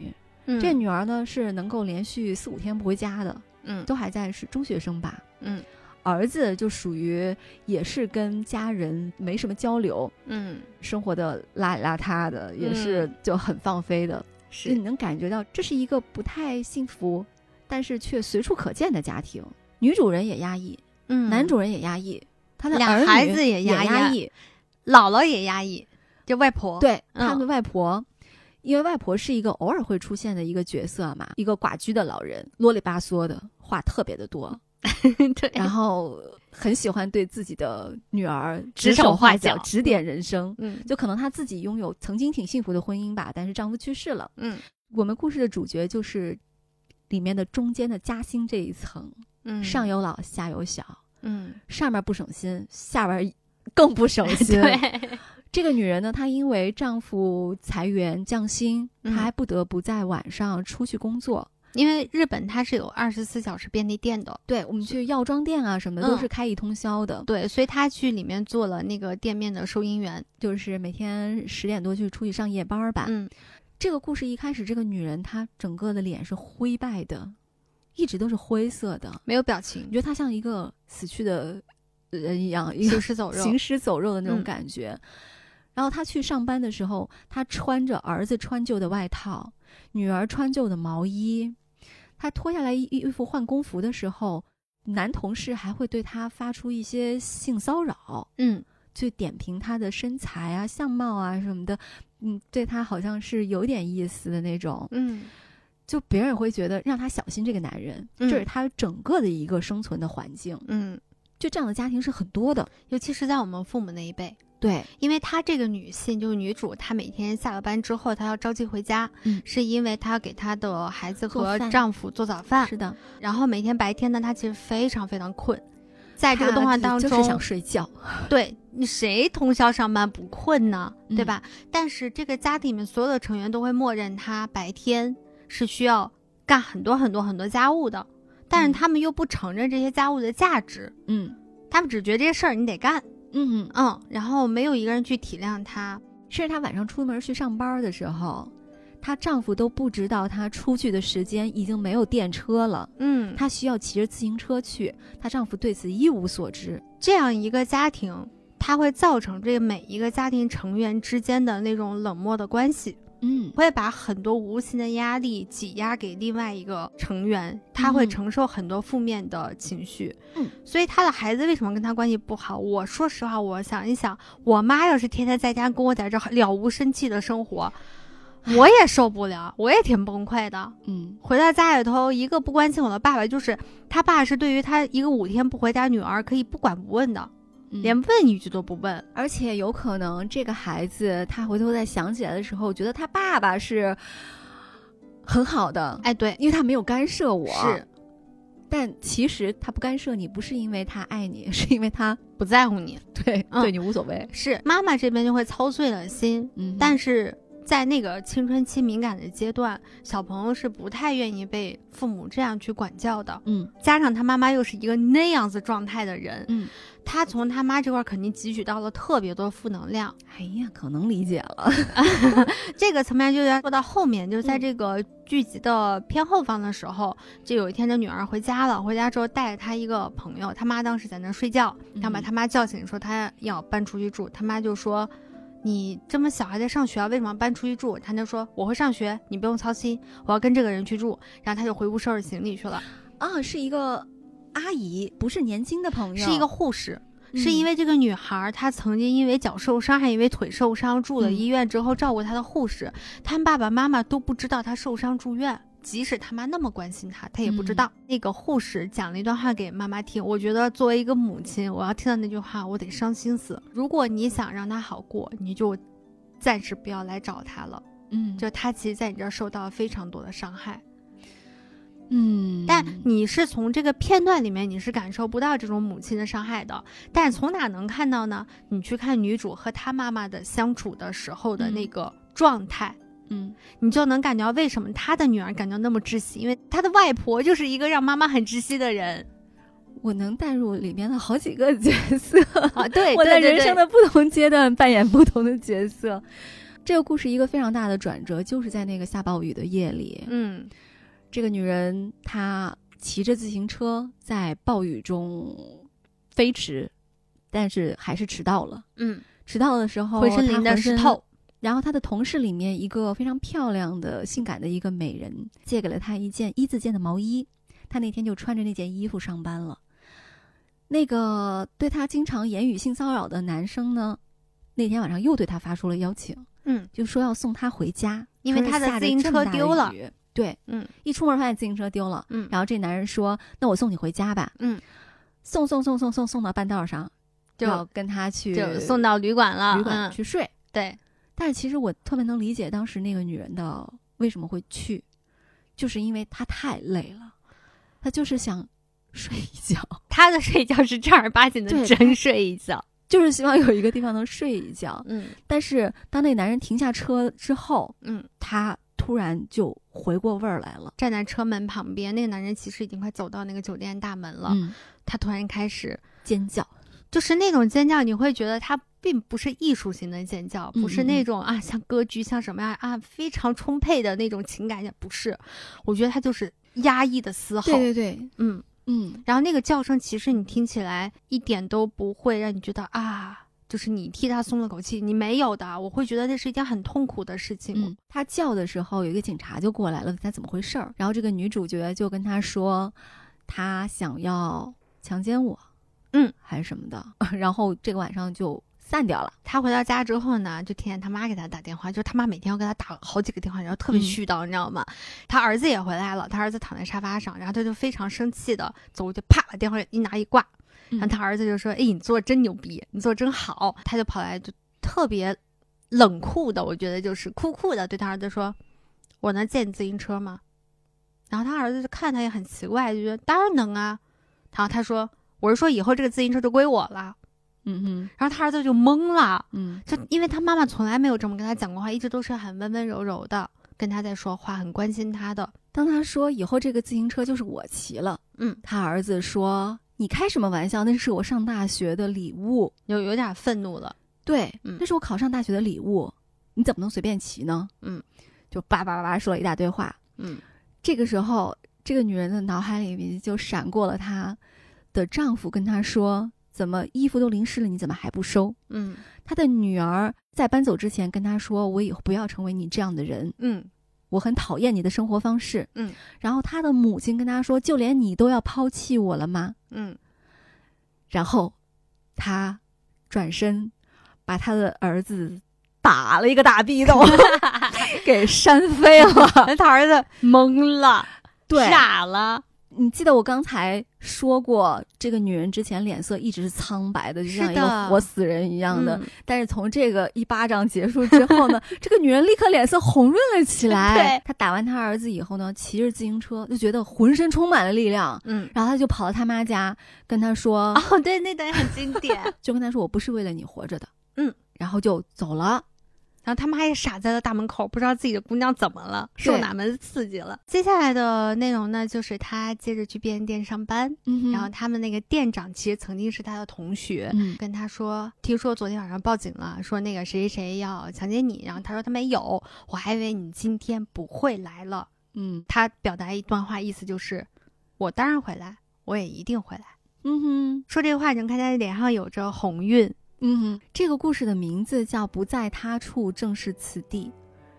Speaker 2: 嗯
Speaker 3: 这女儿呢是能够连续四五天不回家的，
Speaker 2: 嗯
Speaker 3: 都还在是中学生吧。
Speaker 2: 嗯
Speaker 3: 儿子就属于也是跟家人没什么交流，
Speaker 2: 嗯
Speaker 3: 生活的邋邋遢的，也是就很放飞的，就你
Speaker 2: 是
Speaker 3: 能感觉到这是一个不太幸福，但是却随处可见的家庭。女主人也压抑，
Speaker 2: 嗯
Speaker 3: 男主人也压抑，他的
Speaker 2: 俩
Speaker 3: 儿女
Speaker 2: 孩子也
Speaker 3: 也
Speaker 2: 压抑
Speaker 3: 抑，
Speaker 2: 姥姥也压抑，这外婆
Speaker 3: 对
Speaker 2: 嗯
Speaker 3: 他们外婆。因为外婆是一个偶尔会出现的一个角色嘛，一个寡居的老人，啰里吧嗦的话特别的多，
Speaker 2: 哦 对
Speaker 3: 然后很喜欢对自己的女儿
Speaker 2: 指手
Speaker 3: 画
Speaker 2: 画脚
Speaker 3: 指点人生。
Speaker 2: 嗯
Speaker 3: 就可能她自己拥有曾经挺幸福的婚姻吧，但是丈夫去世了。
Speaker 2: 嗯
Speaker 3: 我们故事的主角就是里面的中间的嘉兴这一层，
Speaker 2: 嗯
Speaker 3: 上有老下有小，
Speaker 2: 嗯
Speaker 3: 上面不省心，下边更 不 省心。
Speaker 2: 对
Speaker 3: 这个女人呢，她因为丈夫裁员降薪，她
Speaker 2: 嗯
Speaker 3: 还不得不在晚上出去工作。
Speaker 2: 因为日本它是有二十四小时便利店的，
Speaker 3: 对我们去药妆店啊什么
Speaker 2: 嗯
Speaker 3: 的、都是开一通宵的，
Speaker 2: 对，所以他去里面做了那个店面的收银员。
Speaker 3: 就是每天十点多去出去上夜班儿吧。
Speaker 2: 嗯，
Speaker 3: 这个故事一开始，这个女人她整个的脸是灰败的，一直都是灰色的，
Speaker 2: 没有表
Speaker 3: 你
Speaker 2: 情，
Speaker 3: 觉得她像一个死去的人一样，一个
Speaker 2: 行尸走肉。
Speaker 3: 行尸走肉的那种
Speaker 2: 嗯
Speaker 3: 感觉。然后他去上班的时候，他穿着儿子穿旧的外套，女儿穿旧的毛衣。他脱下来衣衣服换工服的时候，男同事还会对他发出一些性骚扰，
Speaker 2: 嗯，
Speaker 3: 就点评他的身材啊、相貌啊什么的。嗯，对他好像是有点意思的那种，
Speaker 2: 嗯，
Speaker 3: 就别人也会觉得让他小心这个男人，
Speaker 2: 嗯
Speaker 3: 这是他整个的一个生存的环境。
Speaker 2: 嗯，
Speaker 3: 就这样的家庭是很多的，
Speaker 2: 尤其是在我们父母那一辈，
Speaker 3: 对，
Speaker 2: 因为她这个女性就是女主，她每天下了班之后，她要着急回家，
Speaker 3: 嗯
Speaker 2: 是因为她要给她的孩子
Speaker 3: 做
Speaker 2: 和
Speaker 3: 饭
Speaker 2: 丈夫做早饭，
Speaker 3: 是的。
Speaker 2: 然后每天白天呢，她其实非常非常困。在这个动画当中，
Speaker 3: 就是想睡觉，
Speaker 2: 对你谁通宵上班不困呢？
Speaker 3: 嗯
Speaker 2: 对吧？但是这个家庭里面所有的成员都会默认他白天是需要干很多很多很多家务的，但是
Speaker 3: 嗯
Speaker 2: 他们又不承认这些家务的价值，
Speaker 3: 嗯
Speaker 2: 他们只觉得这些事儿你得干，
Speaker 3: 嗯，
Speaker 2: 嗯，然后没有一个人去体谅他，
Speaker 3: 甚至她晚上出门去上班的时候，她丈夫都不知道她出去的时间已经没有电车了，
Speaker 2: 嗯，
Speaker 3: 她需要骑着自行车去，她丈夫对此一无所知。
Speaker 2: 这样一个家庭，它会造成这个每一个家庭成员之间的那种冷漠的关系。
Speaker 3: 嗯，
Speaker 2: 会把很多无形的压力挤压给另外一个成员，他会
Speaker 3: 嗯
Speaker 2: 承受很多负面的情绪。
Speaker 3: 嗯，
Speaker 2: 所以他的孩子为什么跟他关系不好？我说实话，我想一想，我妈要是天天在家跟我在这了无生气的生活，我也受不了，我也挺崩溃的。
Speaker 3: 嗯，
Speaker 2: 回到家里头，一个不关心我的爸爸，就是他爸是对于他一个五天不回家女儿可以不管不问的，
Speaker 3: 嗯
Speaker 2: 连问一句都不问。
Speaker 3: 而且有可能这个孩子，他回头再想起来的时候，觉得他爸爸是很好的，
Speaker 2: 哎，对，
Speaker 3: 因为他没有干涉我。
Speaker 2: 是，
Speaker 3: 但其实他不干涉你，不是因为他爱你， 是因为他
Speaker 2: 不在乎你，
Speaker 3: 对、
Speaker 2: 嗯
Speaker 3: 对你无所谓。
Speaker 2: 是妈妈这边就会操碎了心，
Speaker 3: 嗯，
Speaker 2: 但是在那个青春期敏感的阶段，小朋友是不太愿意被父母这样去管教的。
Speaker 3: 嗯
Speaker 2: 加上他妈妈又是一个那样子状态的人，
Speaker 3: 嗯，
Speaker 2: 他从他妈这块儿肯定汲取到了特别多负能量。
Speaker 3: 哎呀，可能理解了。
Speaker 2: 这个层面就要说到后面，就是在
Speaker 3: 嗯
Speaker 2: 这个剧集的偏后方的时候，就有一天这女儿回家了，回家之后带着她一个朋友，她妈当时在那儿睡觉，然后把
Speaker 3: 嗯
Speaker 2: 她妈叫醒，说她要搬出去住，她妈就说。你这么小还在上学啊？为什么要搬出去住？她就说我会上学，你不用操心，我要跟这个人去住。然后她就回屋收拾行李去了，
Speaker 3: 啊，是一个阿姨，不是年轻的朋友，
Speaker 2: 是一个护士。
Speaker 3: 嗯
Speaker 2: 是因为这个女孩儿她曾经因为脚受伤，还因为腿受伤住了
Speaker 3: 嗯
Speaker 2: 医院，之后照顾她的护士，他们爸爸妈妈都不知道她受伤住院，即使他妈那么关心她，她也
Speaker 3: 嗯
Speaker 2: 不知道。那个护士讲了一段话给妈妈听，我觉得作为一个母亲，我要听到那句话，我得伤心死。如果你想让她好过，你就暂时不要来找她了。
Speaker 3: 嗯，
Speaker 2: 就她其实在你这儿受到了非常多的伤害，
Speaker 3: 嗯，
Speaker 2: 但你是从这个片段里面你是感受不到这种母亲的伤害的，但是从哪能看到呢？你去看女主和她妈妈的相处的时候的那
Speaker 3: 嗯
Speaker 2: 个状态，
Speaker 3: 嗯
Speaker 2: 你就能感觉到为什么她的女儿感觉那么窒息，因为她的外婆就是一个让妈妈很窒息的人
Speaker 3: 我能带入里面的好几个角色，
Speaker 2: 啊。对，
Speaker 3: 我在
Speaker 2: 对
Speaker 3: 人生。
Speaker 2: 对对
Speaker 3: 的不同阶段扮演不同的角色。这个故事一个非常大的转折，就是在那个下暴雨的夜里，
Speaker 2: 嗯，
Speaker 3: 这个女人她骑着自行车在暴雨中飞驰，但是还是迟到了。
Speaker 2: 嗯，
Speaker 3: 迟到的时候，
Speaker 2: 浑身
Speaker 3: 哦她
Speaker 2: 淋得
Speaker 3: 浑
Speaker 2: 湿
Speaker 3: 身
Speaker 2: 透。
Speaker 3: 然后他的同事里面一个非常漂亮的、性感的一个美人，借给了他一件一字肩的毛衣，他那天就穿着那件衣服上班了。那个对他经常言语性骚扰的男生呢，那天晚上又对他发出了邀请，
Speaker 2: 嗯，
Speaker 3: 就说要送他回家，
Speaker 2: 因为
Speaker 3: 说是
Speaker 2: 他的
Speaker 3: 下着
Speaker 2: 自行
Speaker 3: 这么
Speaker 2: 车
Speaker 3: 大的
Speaker 2: 丢了
Speaker 3: 雨。对，
Speaker 2: 嗯
Speaker 3: 一出门发现自行车丢了，
Speaker 2: 嗯
Speaker 3: 然后这男人说：“那我送你回家吧。”
Speaker 2: 嗯，
Speaker 3: 送送送送送送到半道上，要
Speaker 2: 就
Speaker 3: 跟他去
Speaker 2: 就送到旅馆了。
Speaker 3: 旅馆
Speaker 2: 嗯，
Speaker 3: 去睡。
Speaker 2: 对，
Speaker 3: 但是其实我特别能理解当时那个女人的为什么会去，就是因为她太累了，她就是想 睡一觉，
Speaker 2: 她的睡觉是正儿八经的
Speaker 3: 对
Speaker 2: 真睡一觉。
Speaker 3: 就是希望有一个地方能睡一觉。
Speaker 2: 嗯
Speaker 3: 但是当那男人停下车之后，
Speaker 2: 嗯
Speaker 3: 她突突然就回过味儿来了。
Speaker 2: 站在车门旁边，那个男人其实已经快走到那个酒店大门了，
Speaker 3: 嗯，
Speaker 2: 他突然开始
Speaker 3: 尖叫，
Speaker 2: 就是那种尖叫，你会觉得他并不是艺术型的尖叫，
Speaker 3: 嗯
Speaker 2: 不是那种啊像歌剧像什么呀啊非常充沛的那种情感，也不是。我觉得他就是压抑的嘶吼，
Speaker 3: 对，
Speaker 2: 嗯。
Speaker 3: 嗯，
Speaker 2: 然后那个叫声，其实你听起来一点都不会让你觉得啊，就是你替他松了口气，你没有的。我会觉得这是一件很痛苦的事情。
Speaker 3: 嗯，他叫的时候，有一个警察就过来了，问他怎么回事儿。然后这个女主角就跟他说，他想要强奸我，
Speaker 2: 嗯，
Speaker 3: 还是什么的。 然后这个晚上就散掉了。
Speaker 2: 他回到家之后呢，就天天他妈给他打电话，就是他妈每天要给他打好几个电话，然后特别
Speaker 3: 嗯
Speaker 2: 絮叨，你知道吗？他儿子也回来了，他儿子躺在沙发上，然后他就非常生气的走过去，啪把电话一拿一挂，
Speaker 3: 嗯
Speaker 2: 然后他儿子就说：“哎，你做得真牛逼，你做得真好。”他就跑来就特别冷酷的，我觉得就是酷酷的对他儿子说：“我能借你自行车吗？”然后他儿子就看他也很奇怪，就觉得当然能啊。然后他说：“我是说以后这个自行车就归我了。
Speaker 3: 嗯哼，”
Speaker 2: 然后他儿子就懵了。
Speaker 3: 嗯
Speaker 2: 就因为他妈妈从来没有这么跟他讲过话，一直都是很温温柔柔的跟他在说话，很关心他的。
Speaker 3: 当他说以后这个自行车就是我骑了，
Speaker 2: 嗯，
Speaker 3: 他儿子说：“你开什么玩笑？那是我上大学的礼物。
Speaker 2: 有有点愤怒了。
Speaker 3: 对，
Speaker 2: 嗯
Speaker 3: 那是我考上大学的礼物，你怎么能随便骑呢？”
Speaker 2: 嗯，
Speaker 3: 就叭叭叭叭说了一大堆话。
Speaker 2: 嗯，
Speaker 3: 这个时候，这个女人的脑海里面就闪过了她的丈夫跟她说：“怎么衣服都淋湿了，你怎么还不收
Speaker 2: 嗯？”
Speaker 3: 她的女儿在搬走之前跟她说：“我以后不要成为你这样的人，
Speaker 2: 嗯
Speaker 3: 我很讨厌你的生活方式。”
Speaker 2: 嗯，
Speaker 3: 然后她的母亲跟她说：“就连你都要抛弃我了吗？”
Speaker 2: 嗯
Speaker 3: 然后他转身把他的儿子打了一个 大逼斗，给扇飞了。
Speaker 2: 他儿子懵了，
Speaker 3: 对，
Speaker 2: 傻了，
Speaker 3: 你记得我刚才说过，这个女人之前脸色一直是苍白的，就是像一
Speaker 2: 的
Speaker 3: 个活死人一样的。
Speaker 2: 嗯
Speaker 3: 但是从这个一巴掌结束之后呢，这个女人立刻脸色红润了起 来
Speaker 2: 对。
Speaker 3: 她打完她儿子以后呢，骑着自行车就觉得浑身充满了力量，
Speaker 2: 嗯。
Speaker 3: 然后她就跑到她妈家，跟她说：“
Speaker 2: 哦，对，那段也很经典。
Speaker 3: 就跟他说我不是为了你活着的，
Speaker 2: 嗯，
Speaker 3: 然后就走了。
Speaker 2: 然后他妈也傻在了大门口，不知道自己的姑娘怎么了，受
Speaker 3: 对
Speaker 2: 哪门刺激了。接下来的内容呢，就是他接着去便利店上班，
Speaker 3: 嗯
Speaker 2: 然后他们那个店长其实曾经是他的同学，
Speaker 3: 嗯
Speaker 2: 跟他说，听说昨天晚上报警了，说那个谁谁谁要强奸你，然后他说他没有，我还以为你今天不会来了。
Speaker 3: 嗯
Speaker 2: 他表达一段话，意思就是，我当然会来，我也一定会来。
Speaker 3: 嗯哼
Speaker 2: 说这话，你能看他脸上有着红晕。
Speaker 3: 嗯哼，这个故事的名字叫《不在他处正是此地》。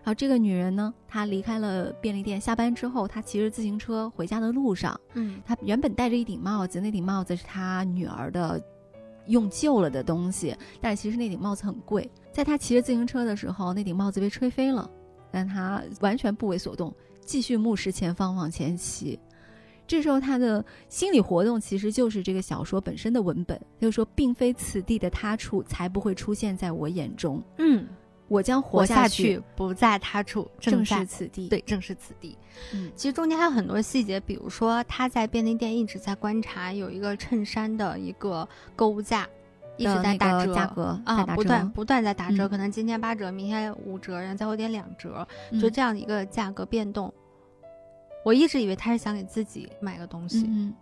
Speaker 3: 然后这个女人呢，她离开了便利店，下班之后，她骑着自行车回家的路上，
Speaker 2: 嗯
Speaker 3: 她原本戴着一顶帽子，那顶帽子是她女儿的用旧了的东西，但是其实那顶帽子很贵。在她骑着自行车的时候，那顶帽子被吹飞了，但她完全不为所动，继续目视前方往前骑。这时候她的心理活动其实就是这个小说本身的文本，就是说，并非此地的他处才不会出现在我眼中，
Speaker 2: 嗯，
Speaker 3: 我将
Speaker 2: 活
Speaker 3: 活
Speaker 2: 下
Speaker 3: 去，
Speaker 2: 去不在他处，
Speaker 3: 正
Speaker 2: 在
Speaker 3: 是此地。，
Speaker 2: 对，正是此地。
Speaker 3: 嗯
Speaker 2: 其实中间还有很多细节，比如说他在便利店一直在观察有一个衬衫的一个购物架，一直
Speaker 3: 的
Speaker 2: 在
Speaker 3: 那
Speaker 2: 打
Speaker 3: 个
Speaker 2: 折，
Speaker 3: 价格
Speaker 2: 啊
Speaker 3: 在，打
Speaker 2: 不
Speaker 3: 折
Speaker 2: 断不断在打折，
Speaker 3: 嗯
Speaker 2: 可能今天八折，明天五折，然后再后天两折，
Speaker 3: 嗯
Speaker 2: 就这样的一个价格变动。我一直以为她是想给自己买个东西，
Speaker 3: 嗯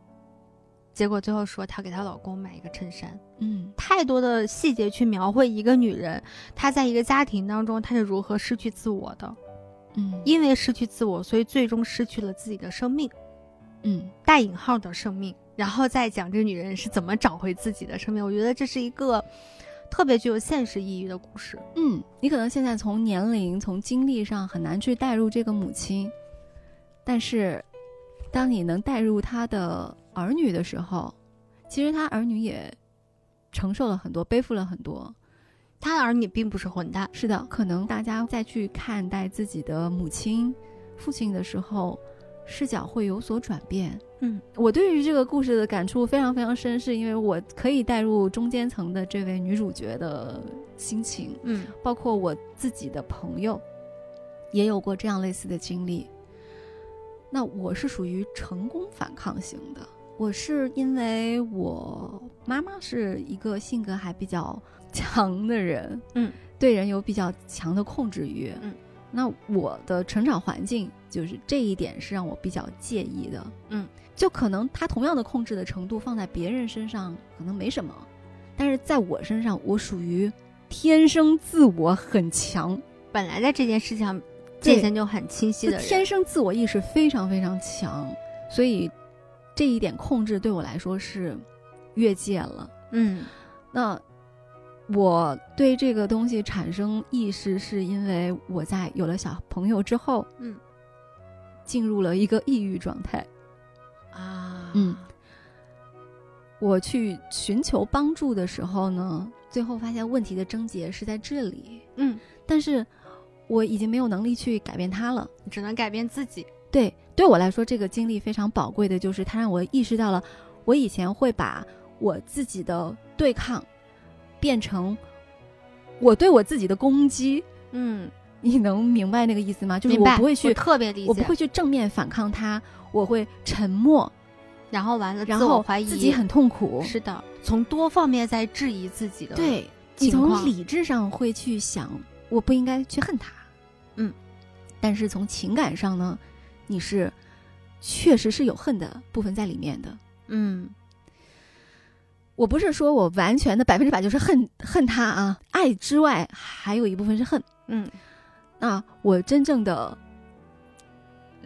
Speaker 2: 结果最后说她给她老公买一个衬衫。
Speaker 3: 嗯
Speaker 2: 太多的细节去描绘一个女人，她在一个家庭当中，她是如何失去自我的。
Speaker 3: 嗯
Speaker 2: 因为失去自我，所以最终失去了自己的生命，
Speaker 3: 嗯
Speaker 2: 带引号的生命。然后再讲这女人是怎么找回自己的生命，我觉得这是一个特别具有现实意义的故事。
Speaker 3: 嗯，你可能现在从年龄、从经历上很难去代入这个母亲，但是当你能代入她的儿女的时候，其实她儿女也承受了很多，背负了很多。
Speaker 2: 她的儿女并不是混蛋，
Speaker 3: 是的，可能大家再去看待自己的母亲、父亲的时候，视角会有所转变。
Speaker 2: 嗯，
Speaker 3: 我对于这个故事的感触非常非常深，是因为我可以代入中间层的这位女主角的心情。
Speaker 2: 嗯
Speaker 3: 包括我自己的朋友，也有过这样类似的经历。那我是属于成功反抗型的，我是因为我妈妈是一个性 格还比较强的人，
Speaker 2: 嗯，
Speaker 3: 对人有比较强的控制欲，
Speaker 2: 嗯，
Speaker 3: 那我的成长环境就是这一点是让我比较介意的。
Speaker 2: 嗯，
Speaker 3: 就可能他同样的控制的程度放在别人身上可能没什么，但是在我身上，我属于天生自我很强，
Speaker 2: 本来在这件事情上
Speaker 3: 对
Speaker 2: 界限就很清晰
Speaker 3: 就
Speaker 2: 的人，
Speaker 3: 天生自我意识非常非常强，所以这一点控制对我来说是越界了。
Speaker 2: 嗯
Speaker 3: 那我对这个东西产生意识，是因为我在有了小朋友之后，
Speaker 2: 嗯，
Speaker 3: 进入了一个抑郁状态。
Speaker 2: 啊，
Speaker 3: 嗯我去寻求帮助的时候呢，最后发现问题的症结是在这里，
Speaker 2: 嗯，
Speaker 3: 但是我已经没有能力去改变它了。
Speaker 2: 只能改变自己，
Speaker 3: 对，对我来说，这个经历非常宝贵的就是它让我意识到了，我以前会把我自己的对抗变成我对我自己的攻击。
Speaker 2: 嗯，
Speaker 3: 你能明白那个意思吗？就是
Speaker 2: 明
Speaker 3: 我
Speaker 2: 白
Speaker 3: 不会
Speaker 2: 我
Speaker 3: 去，
Speaker 2: 特别理解，
Speaker 3: 我不会去正面反抗它，我会沉默，
Speaker 2: 然后完了，
Speaker 3: 然
Speaker 2: 自我
Speaker 3: 后
Speaker 2: 怀疑
Speaker 3: 自己很痛苦。
Speaker 2: 是的，从多方面在质疑自己的，，
Speaker 3: 对，
Speaker 2: 情
Speaker 3: 你从
Speaker 2: 况
Speaker 3: 理智上会去想，我不应该去恨他，
Speaker 2: 嗯，
Speaker 3: 但是从情感上呢，你是确实是有恨的部分在里面的。
Speaker 2: 嗯
Speaker 3: 我不是说我完全的百分之百就是恨恨他啊，爱之外还有一部分是恨。
Speaker 2: 嗯
Speaker 3: 那我真正的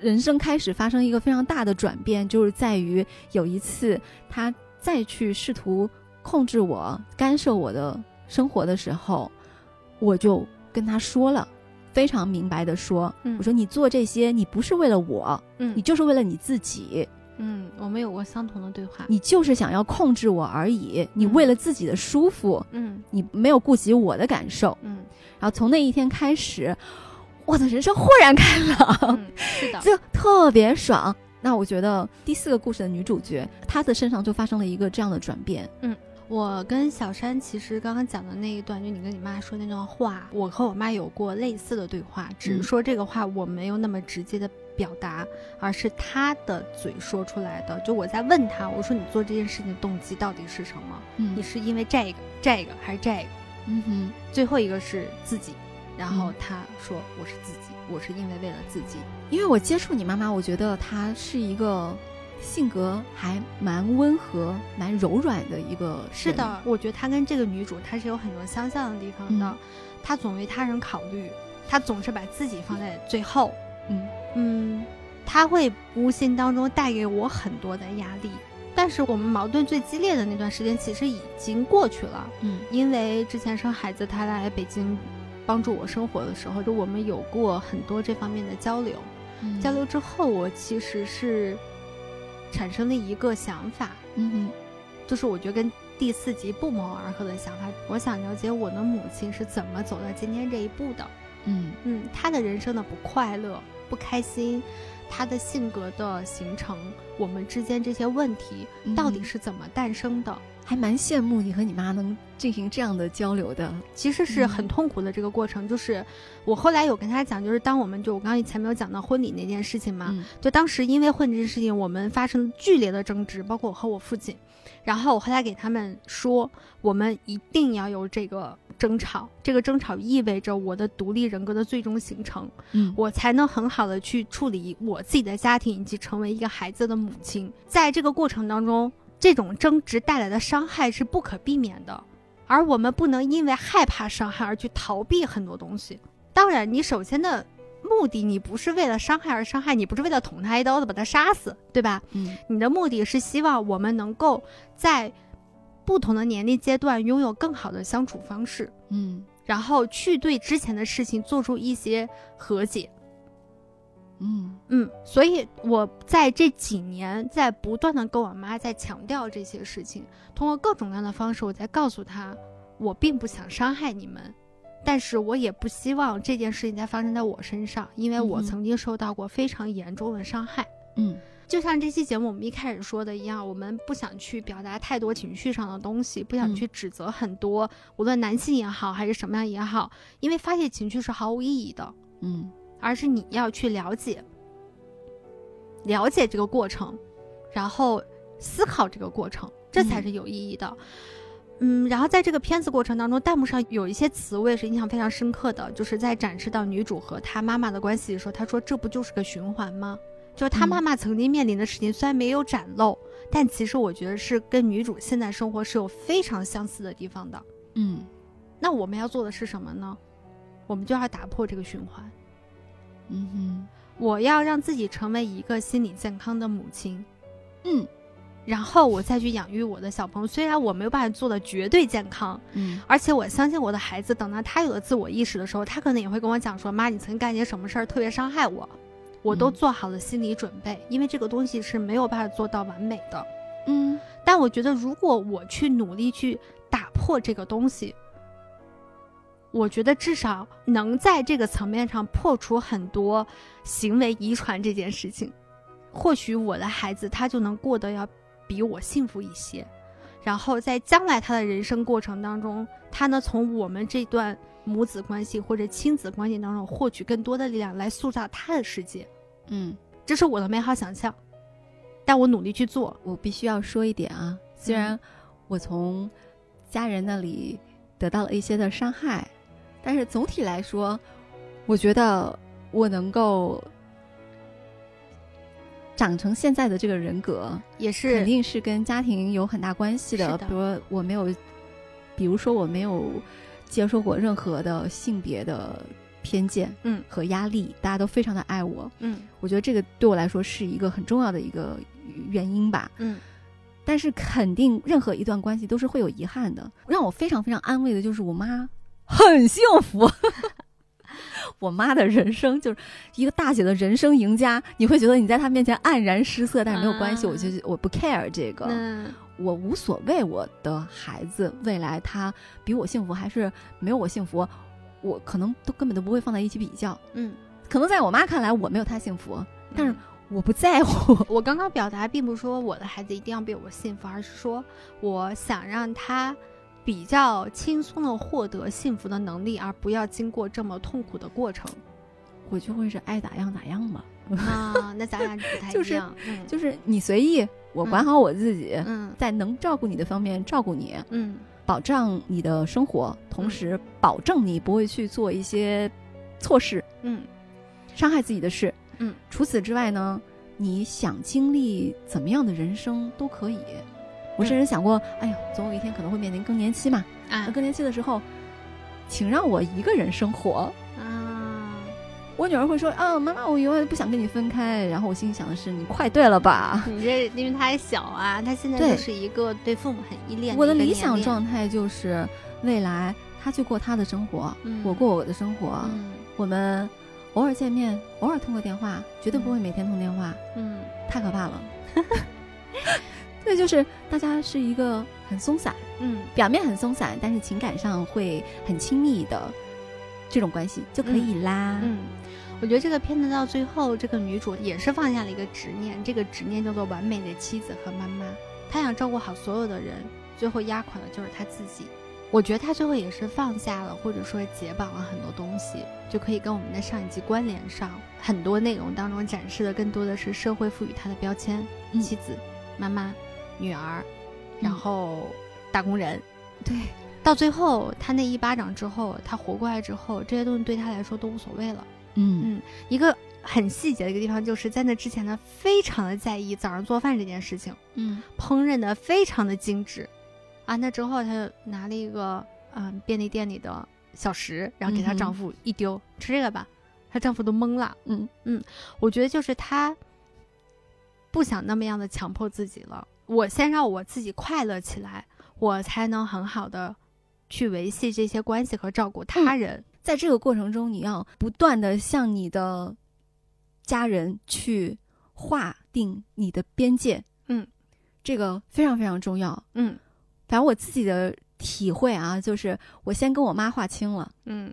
Speaker 3: 人生开始发生一个非常大的转变，就是在于有一次他再去试图控制我、干涉我的生活的时候，我就跟他说了，非常明白的说，
Speaker 2: 嗯
Speaker 3: 我说你做这些，你不是为了我，
Speaker 2: 嗯
Speaker 3: 你就是为了你自己，
Speaker 2: 嗯，我们有过相同的对话，
Speaker 3: 你就是想要控制我而已，你
Speaker 2: 嗯
Speaker 3: 为了自己的舒服，
Speaker 2: 嗯
Speaker 3: 你没有顾及我的感受。
Speaker 2: 嗯
Speaker 3: 然后从那一天开始，我的人生豁然开朗。
Speaker 2: 嗯，是的，
Speaker 3: 就特别爽。那我觉得第四个故事的女主角，她的身上就发生了一个这样的转变。
Speaker 2: 我跟小山其实刚刚讲的那一段，就你跟你妈说那段话，我和我妈有过类似的对话，只是说这个话我没有那么直接的表达，而是她的嘴说出来的。就我在问她，我说你做这件事情的动机到底是什么？
Speaker 3: 嗯
Speaker 2: 你是因为这个、这个还是这个？
Speaker 3: 嗯哼，
Speaker 2: 最后一个是自己，然后
Speaker 3: 嗯
Speaker 2: 她说我是自己，我是因为为了自己。
Speaker 3: 因为我接触你妈妈，我觉得她是一个性格还蛮温和、蛮柔软的一个。
Speaker 2: 是，的，我觉得她跟这个女主她是有很多相像的地方的
Speaker 3: 嗯，
Speaker 2: 她总为他人考虑，她总是把自己放在最后。
Speaker 3: 嗯
Speaker 2: 嗯，他会无形当中带给我很多的压力。但是我们矛盾最激烈的那段时间其实已经过去了，
Speaker 3: 嗯
Speaker 2: 因为之前生孩子，他来北京帮助我生活的时候，就我们有过很多这方面的交流。
Speaker 3: 嗯
Speaker 2: 交流之后，我其实是产生了一个想法，
Speaker 3: 嗯
Speaker 2: 就是我觉得跟第四集不谋而合的想法，我想了解我的母亲是怎么走到今天这一步的。
Speaker 3: 哼嗯
Speaker 2: 嗯，他的人生的不快乐、不开心，他的性格的形成，我们之间这些问题
Speaker 3: 嗯
Speaker 2: 到底是怎么诞生的？
Speaker 3: 还蛮羡慕你和你妈能进行这样的交流的。
Speaker 2: 其实是很
Speaker 3: 嗯
Speaker 2: 痛苦的这个过程。就是我后来有跟他讲，就是当我们就我刚刚前面有讲到婚礼那件事情嘛，
Speaker 3: 嗯
Speaker 2: 就当时因为婚礼这件事情，我们发生了剧烈的争执，包括我和我父亲。然后我后来给他们说，我们一定要有这个争吵，这个争吵意味着我的独立人格的最终形成。
Speaker 3: 嗯
Speaker 2: 我才能很好的去处理我自己的家庭，以及成为一个孩子的母亲。在这个过程当中，这种争执带来的伤害是不可避免的，而我们不能因为害怕伤害而去逃避很多东西。当然，你首先的目的，你不是为了伤害而伤害，你不是为了捅他一刀子把他杀死，对吧？
Speaker 3: 嗯
Speaker 2: 你的目的是希望我们能够在不同的年龄阶段拥有更好的相处方式。
Speaker 3: 嗯
Speaker 2: 然后去对之前的事情做出一些和解，
Speaker 3: 嗯
Speaker 2: 嗯，所以我在这几年在不断的跟我妈在强调这些事情，通过各种各样的方式，我在告诉她，我并不想伤害你们，但是我也不希望这件事情再发生在我身上，因为我
Speaker 3: 嗯哼
Speaker 2: 曾经受到过非常严重的伤害。
Speaker 3: 嗯
Speaker 2: 就像这期节目我们一开始说的一样，我们不想去表达太多情绪上的东西，不想
Speaker 3: 嗯
Speaker 2: 去指责很多，无论男性也好还是什么样也好，因为发泄情绪是毫无意义的。
Speaker 3: 嗯
Speaker 2: 而是你要去了解，了解这个过程，然后思考这个过程，这才是有意义的。嗯，然后在这个片子过程当中，弹幕上有一些词我也是印象非常深刻的，就是在展示到女主和她妈妈的关系的时候，她说这不就是个循环吗？就是她
Speaker 3: 嗯
Speaker 2: 妈妈曾经面临的事情，虽然没有展露，但其实我觉得是跟女主现在生活是有非常相似的地方的。
Speaker 3: 嗯
Speaker 2: 那我们要做的是什么呢？我们就要打破这个循环。
Speaker 3: 嗯
Speaker 2: 我要让自己成为一个心理健康的母亲，
Speaker 3: 哼，嗯
Speaker 2: 然后我再去养育我的小朋友。虽然我没有办法做的绝对健康，
Speaker 3: 嗯
Speaker 2: 而且我相信我的孩子，等到他有了自我意识的时候，他可能也会跟我讲说：“妈，你曾经干一些什么事儿特别伤害我。”我都
Speaker 3: 嗯
Speaker 2: 做好了心理准备，因为这个东西是没有办法做到完美的。
Speaker 3: 嗯
Speaker 2: 但我觉得，如果我去努力去打破这个东西，我觉得至少能在这个层面上破除很多行为遗传这件事情。或许我的孩子他就能过得要比我幸福一些，然后在将来他的人生过程当中，他能从我们这段母子关系或者亲子关系当中获取更多的力量，来塑造他的世界。
Speaker 3: 嗯，
Speaker 2: 这是我的美好想象，但我努力去做，
Speaker 3: 我必须要说一点啊，虽然我从家人那里得到了一些的伤害，但是总体来说，我觉得我能够长成现在的这个人格，
Speaker 2: 也是
Speaker 3: 肯定是跟家庭有很大关系的。
Speaker 2: 是的
Speaker 3: 比如说我没有，比如说我没有接受过任何的性别的偏见，
Speaker 2: 嗯
Speaker 3: 和压力，大家都非常的爱我。
Speaker 2: 嗯
Speaker 3: 我觉得这个对我来说是一个很重要的一个原因吧。
Speaker 2: 嗯
Speaker 3: 但是肯定任何一段关系都是会有遗憾的。让我非常非常安慰的就是我妈很幸福。 我妈的人生就是一个大写的人生赢家，你会觉得你在她面前黯然失色，但是没有关系，
Speaker 2: 啊
Speaker 3: 我就我不 care 这个，
Speaker 2: 那
Speaker 3: 我无所谓我的孩子未来他比我幸福还是没有我幸福，我可能都根本都不会放在一起比较，
Speaker 2: 嗯，
Speaker 3: 可能在我妈看来我没有他幸福，但是我不在乎，
Speaker 2: 我刚刚表达并不是说我的孩子一定要比我幸福，而是说我想让他比较轻松的获得幸福的能力，而不要经过这么痛苦的过程。
Speaker 3: 我就会是爱咋样咋样嘛。
Speaker 2: 啊，那咱俩不太
Speaker 3: 就
Speaker 2: 一
Speaker 3: 是
Speaker 2: 样，嗯
Speaker 3: 就是你随意，我管好我自己，
Speaker 2: 嗯
Speaker 3: 在能照顾你的方面照顾你，
Speaker 2: 嗯
Speaker 3: 保障你的生活，同时保证你不会去做一些错事、
Speaker 2: 嗯
Speaker 3: 伤害自己的事。
Speaker 2: 嗯，
Speaker 3: 除此之外呢，你想经历怎么样的人生都可以。我甚至想过，哎呦，总有一天可能会面临更年期嘛。那
Speaker 2: 啊
Speaker 3: 更年期的时候，请让我一个人生活。
Speaker 2: 啊，
Speaker 3: 我女儿会说啊，妈妈，我永远不想跟你分开。然后我心里想的是，你快对了吧？
Speaker 2: 你这因为他还小啊，他现在
Speaker 3: 对
Speaker 2: 就是一个对父母很依恋
Speaker 3: 我的
Speaker 2: 一个
Speaker 3: 理
Speaker 2: 年
Speaker 3: 想
Speaker 2: 龄
Speaker 3: 状态就是未来他去过他的生活，
Speaker 2: 嗯
Speaker 3: 我过我的生活，
Speaker 2: 嗯
Speaker 3: 我们偶尔见面，偶尔通个电话，绝对不会每天通电话，
Speaker 2: 嗯
Speaker 3: 太 可怕了。对，就是大家是一个很松散，
Speaker 2: 嗯
Speaker 3: 表面很松散，但是情感上会很亲密的这种关系就可以啦。
Speaker 2: 嗯，我觉得这个片子到最后，这个女主也是放下了一个执念，这个执念叫做完美的妻子和妈妈。她想照顾好所有的人，最后压垮的就是她自己。我觉得她最后也是放下了，或者说解绑了很多东西，就可以跟我们的上一集关联上。很多内容当中展示的更多的是社会赋予她的标签：
Speaker 3: 嗯
Speaker 2: 妻子、妈妈、女儿，然后打工人。
Speaker 3: 对，
Speaker 2: 到最后，她那一巴掌之后，她活过来之后，这些东西对她来说都无所谓了。
Speaker 3: 嗯
Speaker 2: 嗯，一个很细节的一个地方，就是在那之前呢，非常的在意早上做饭这件事情，
Speaker 3: 嗯
Speaker 2: 烹饪的非常的精致，啊，那之后她就拿了一个嗯、便利店里的小食，然后给她
Speaker 3: 嗯哼
Speaker 2: 丈夫一丢，吃这个吧，她丈夫都懵了。
Speaker 3: 嗯
Speaker 2: 我觉得就是她不想那么样的强迫自己了，我先让我自己快乐起来，我才能很好的去维系这些关系和照顾他人。
Speaker 3: 在这个过程中，你要不断的向你的家人去划定你的边界，
Speaker 2: 嗯，
Speaker 3: 这个非常非常重要。
Speaker 2: 嗯
Speaker 3: 反正我自己的体会啊，就是我先跟我妈划清了，
Speaker 2: 嗯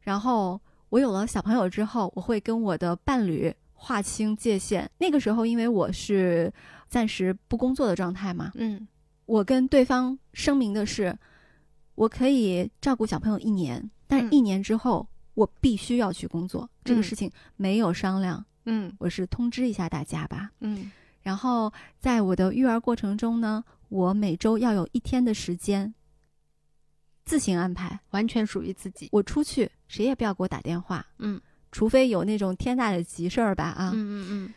Speaker 3: 然后我有了小朋友之后，我会跟我的伴侣划清界限。那个时候，因为我是暂时不工作的状态嘛，
Speaker 2: 嗯
Speaker 3: 我跟对方声明的是，我可以照顾小朋友一年，但是
Speaker 2: 嗯
Speaker 3: 一年之后、我必须要去工作，这个
Speaker 2: 嗯
Speaker 3: 事情没有商量，
Speaker 2: 嗯
Speaker 3: 我是通知一下大家吧。
Speaker 2: 嗯
Speaker 3: 然后在我的育儿过程中呢，我每周要有一天的时间自行安排。
Speaker 2: 完全属于自己。
Speaker 3: 我出去，谁也不要给我打电话，
Speaker 2: 嗯，
Speaker 3: 除非有那种天大的急事儿吧啊，
Speaker 2: 嗯嗯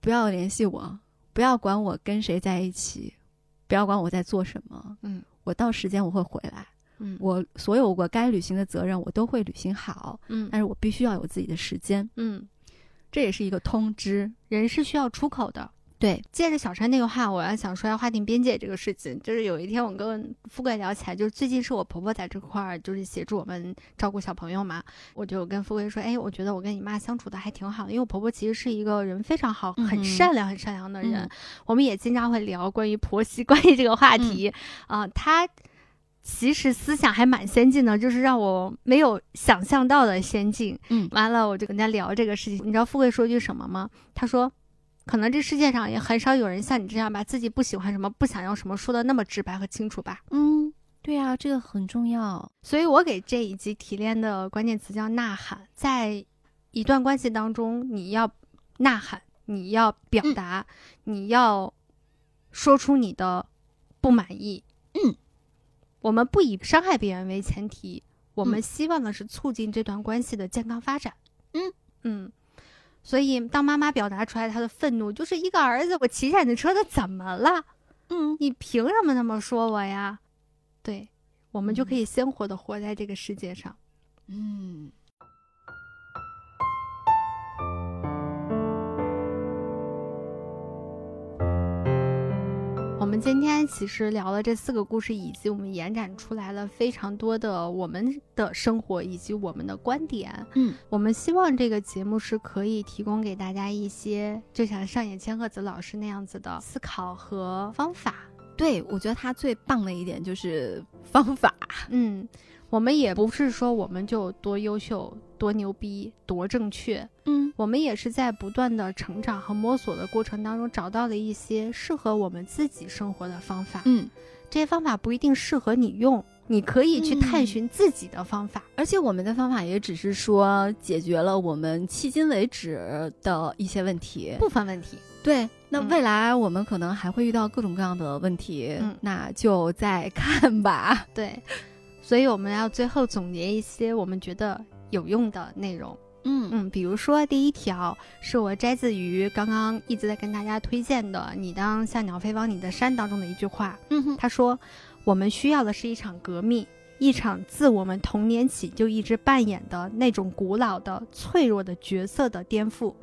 Speaker 3: 不要联系我，不要管我跟谁在一起，不要管我在做什么，
Speaker 2: 嗯，
Speaker 3: 我到时间我会回来，
Speaker 2: 嗯嗯，
Speaker 3: 我所有我该履行的责任我都会履行好，
Speaker 2: 嗯
Speaker 3: 但是我必须要有自己的时间，
Speaker 2: 嗯，
Speaker 3: 这也是一个通知。
Speaker 2: 人是需要出口的。
Speaker 3: 对，
Speaker 2: 借着小山那个话，我要想说要划定边界这个事情。就是有一天我跟富贵聊起来，就是最近是我婆婆在这块儿，就是协助我们照顾小朋友嘛。我就跟富贵说，哎，我觉得我跟你妈相处的还挺好的，因为我婆婆其实是一个人非常好、
Speaker 3: 嗯
Speaker 2: 很善良、很善良的人。
Speaker 3: 嗯
Speaker 2: 我们也经常会聊关于婆媳关系这个话题啊、她。其实思想还蛮先进的，就是让我没有想象到的先进。
Speaker 3: 嗯
Speaker 2: 完了我就跟他聊这个事情，你知道富贵说句什么吗？他说，可能这世界上也很少有人像你这样把自己不喜欢什么、不想要什么说的那么直白和清楚吧。
Speaker 3: 嗯，对啊，这个很重要。
Speaker 2: 所以我给这一集提炼的关键词叫呐喊。在一段关系当中，你要呐喊，你要表
Speaker 3: 嗯
Speaker 2: 达，你要说出你的不满意。
Speaker 3: 嗯，
Speaker 2: 我们不以伤害别人为前提，我们
Speaker 3: 嗯
Speaker 2: 希望的是促进这段关系的健康发展。
Speaker 3: 嗯
Speaker 2: 嗯。所以，当妈妈表达出来她的愤怒，就是一个儿子，我骑下你的车，他怎么了？
Speaker 3: 嗯，
Speaker 2: 你凭什么那么说我呀？对，我们就可以鲜活的活在这个世界上。
Speaker 3: 嗯，
Speaker 2: 我们今天其实聊了这四个故事，以及我们延展出来了非常多的我们的生活以及我们的观点。
Speaker 3: 嗯，
Speaker 2: 我们希望这个节目是可以提供给大家一些，就像上野千鹤子老师那样子的思考和方法。
Speaker 3: 对，我觉得他最棒的一点就是方法。
Speaker 2: 嗯，我们也不是说我们就多优秀、多牛逼、多正确，
Speaker 3: 嗯
Speaker 2: 我们也是在不断的成长和摸索的过程当中，找到了一些适合我们自己生活的方法。
Speaker 3: 嗯，
Speaker 2: 这些方法不一定适合你用，你可以去探寻自己的方法。
Speaker 3: 而且我们的方法也只是说解决了我们迄今为止的一些问题。
Speaker 2: 部分问题，
Speaker 3: 对，那
Speaker 2: 嗯
Speaker 3: 未来我们可能还会遇到各种各样的问题，
Speaker 2: 嗯
Speaker 3: 那就再看吧。
Speaker 2: 对，所以我们要最后总结一些我们觉得有用的内容。
Speaker 3: 嗯
Speaker 2: 嗯，比如说第一条是我摘自于刚刚一直在跟大家推荐的《你当像鸟飞往你的山》当中的一句话，
Speaker 3: 嗯哼，
Speaker 2: 他说：“我们需要的是一场革命，一场自我们童年起就一直扮演的那种古老的、脆弱的角色的颠覆。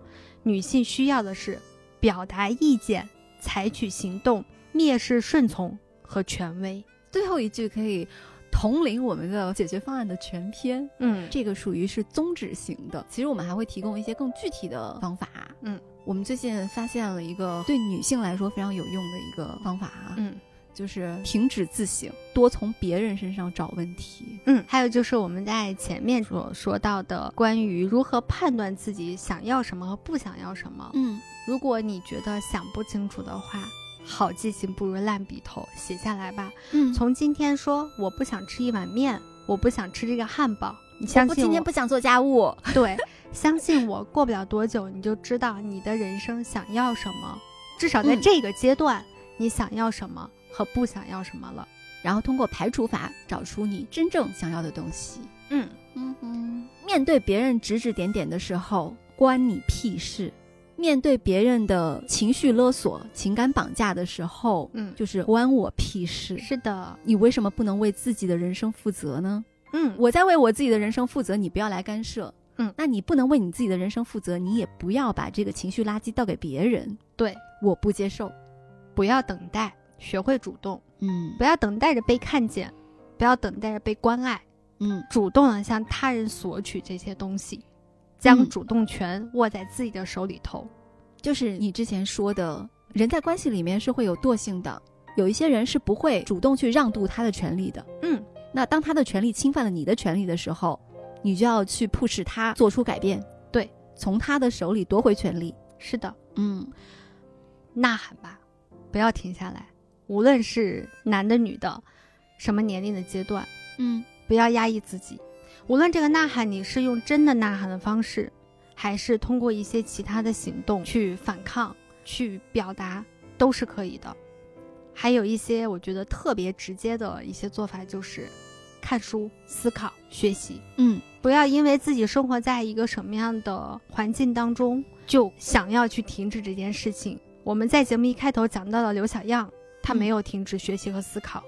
Speaker 2: 女性需要的是表达意见、采取行动、蔑视顺从和权威。
Speaker 3: 最后一句可以统领我们的解决方案的全篇，”
Speaker 2: 嗯，
Speaker 3: 这个属于是宗旨型的。其实我们还会提供一些更具体的方法。
Speaker 2: 嗯，
Speaker 3: 我们最近发现了一个对女性来说非常有用的一个方法啊，
Speaker 2: 嗯
Speaker 3: 就是停止自省，多从别人身上找问题。
Speaker 2: 嗯，还有就是我们在前面所说到的关于如何判断自己想要什么和不想要什么。
Speaker 3: 嗯，
Speaker 2: 如果你觉得想不清楚的话，好记性不如烂笔头，写下来吧。
Speaker 3: 嗯
Speaker 2: 从今天说我不想吃一碗面，我不想吃这个汉堡，你
Speaker 3: 我
Speaker 2: 相
Speaker 3: 不
Speaker 2: 信
Speaker 3: 今天不想做家务。
Speaker 2: 对， 相信我，过不了多久你就知道你的人生想要什么，至少在
Speaker 3: 嗯
Speaker 2: 这个阶段、你想要什么和不想要什么了。
Speaker 3: 然后通过排除法找出你真正想要的东西。
Speaker 2: 嗯，
Speaker 3: 嗯哼，面对别人指指点点的时候，关你屁事；面对别人的情绪勒索、情感绑架的时候，
Speaker 2: 嗯
Speaker 3: 就是关我屁事。
Speaker 2: 是的，
Speaker 3: 你为什么不能为自己的人生负责呢？
Speaker 2: 嗯，
Speaker 3: 我在为我自己的人生负责，你不要来干涉。
Speaker 2: 嗯
Speaker 3: 那你不能为你自己的人生负责，你也不要把这个情绪垃圾倒给别人。
Speaker 2: 对，
Speaker 3: 我不接受。
Speaker 2: 不要等待，学会主动，
Speaker 3: 嗯
Speaker 2: 不要等待着被看见，不要等待着被关爱，
Speaker 3: 嗯，
Speaker 2: 主动的向他人索取这些东西，将
Speaker 3: 嗯
Speaker 2: 主动权握在自己的手里头。
Speaker 3: 就是你之前说的，人在关系里面是会有惰性的，有一些人是不会主动去让渡他的权利的。
Speaker 2: 嗯，
Speaker 3: 那当他的权利侵犯了你的权利的时候，你就要去 push 他做出改变，
Speaker 2: 对，
Speaker 3: 从他的手里夺回权利。
Speaker 2: 是的。
Speaker 3: 嗯
Speaker 2: 呐喊吧，不要停下来。无论是男的、女的，什么年龄的阶段，
Speaker 3: 嗯
Speaker 2: 不要压抑自己。无论这个呐喊你是用真的呐喊的方式，还是通过一些其他的行动去反抗、去表达，都是可以的。还有一些我觉得特别直接的一些做法，就是看书、思考、学习，
Speaker 3: 嗯，
Speaker 2: 不要因为自己生活在一个什么样的环境当中，就想要去停止这件事情。我们在节目一开头讲到了刘小样，她没有停止学习和思考，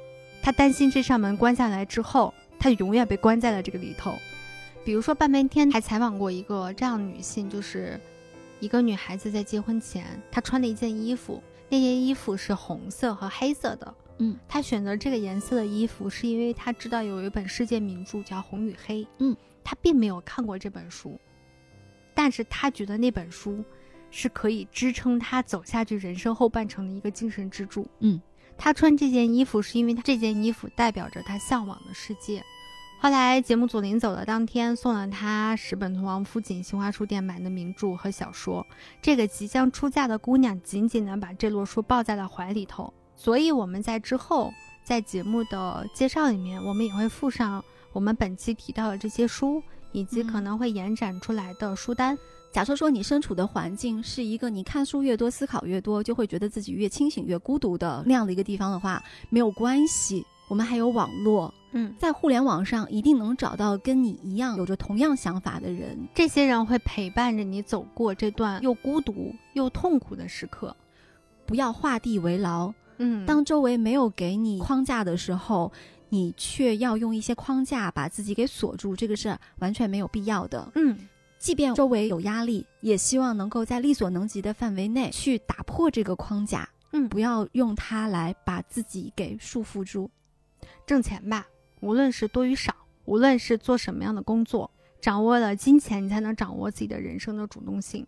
Speaker 2: 她担心这扇门关下来之后，她永远被关在了这个里头。比如说，半边天还采访过一个这样的女性，就是一个女孩子在结婚前，她穿了一件衣服，那件衣服是红色和黑色的。
Speaker 3: 嗯，
Speaker 2: 她选择这个颜色的衣服，是因为她知道有一本世界名著叫《红与黑》。
Speaker 3: 嗯，
Speaker 2: 她并没有看过这本书，但是她觉得那本书是可以支撑她走下去人生后半程的一个精神支柱。
Speaker 3: 嗯，
Speaker 2: 她穿这件衣服是因为她这件衣服代表着她向往的世界。后来节目组临走的当天，送了她十本同王府井新华书店买的名著和小说。这个即将出嫁的姑娘紧紧地把这摞书抱在了怀里头。所以我们在之后在节目的介绍里面，我们也会附上我们本期提到的这些书，以及
Speaker 3: 嗯
Speaker 2: 可能会延展出来的书单。
Speaker 3: 假设说你身处的环境是一个你看书越多、思考越多，就会觉得自己越清醒、越孤独的那样的一个地方的话，没有关系，我们还有网络，
Speaker 2: 嗯，
Speaker 3: 在互联网上一定能找到跟你一样有着同样想法的人。
Speaker 2: 这些人会陪伴着你走过这段又孤独又痛苦的时刻。
Speaker 3: 不要画地为牢，
Speaker 2: 嗯
Speaker 3: 当周围没有给你框架的时候，你却要用一些框架把自己给锁住，这个是完全没有必要的。
Speaker 2: 嗯，
Speaker 3: 即便周围有压力，也希望能够在力所能及的范围内去打破这个框架。
Speaker 2: 嗯
Speaker 3: 不要用它来把自己给束缚住。
Speaker 2: 挣钱吧，无论是多与少，无论是做什么样的工作，掌握了金钱，你才能掌握自己的人生的主动性，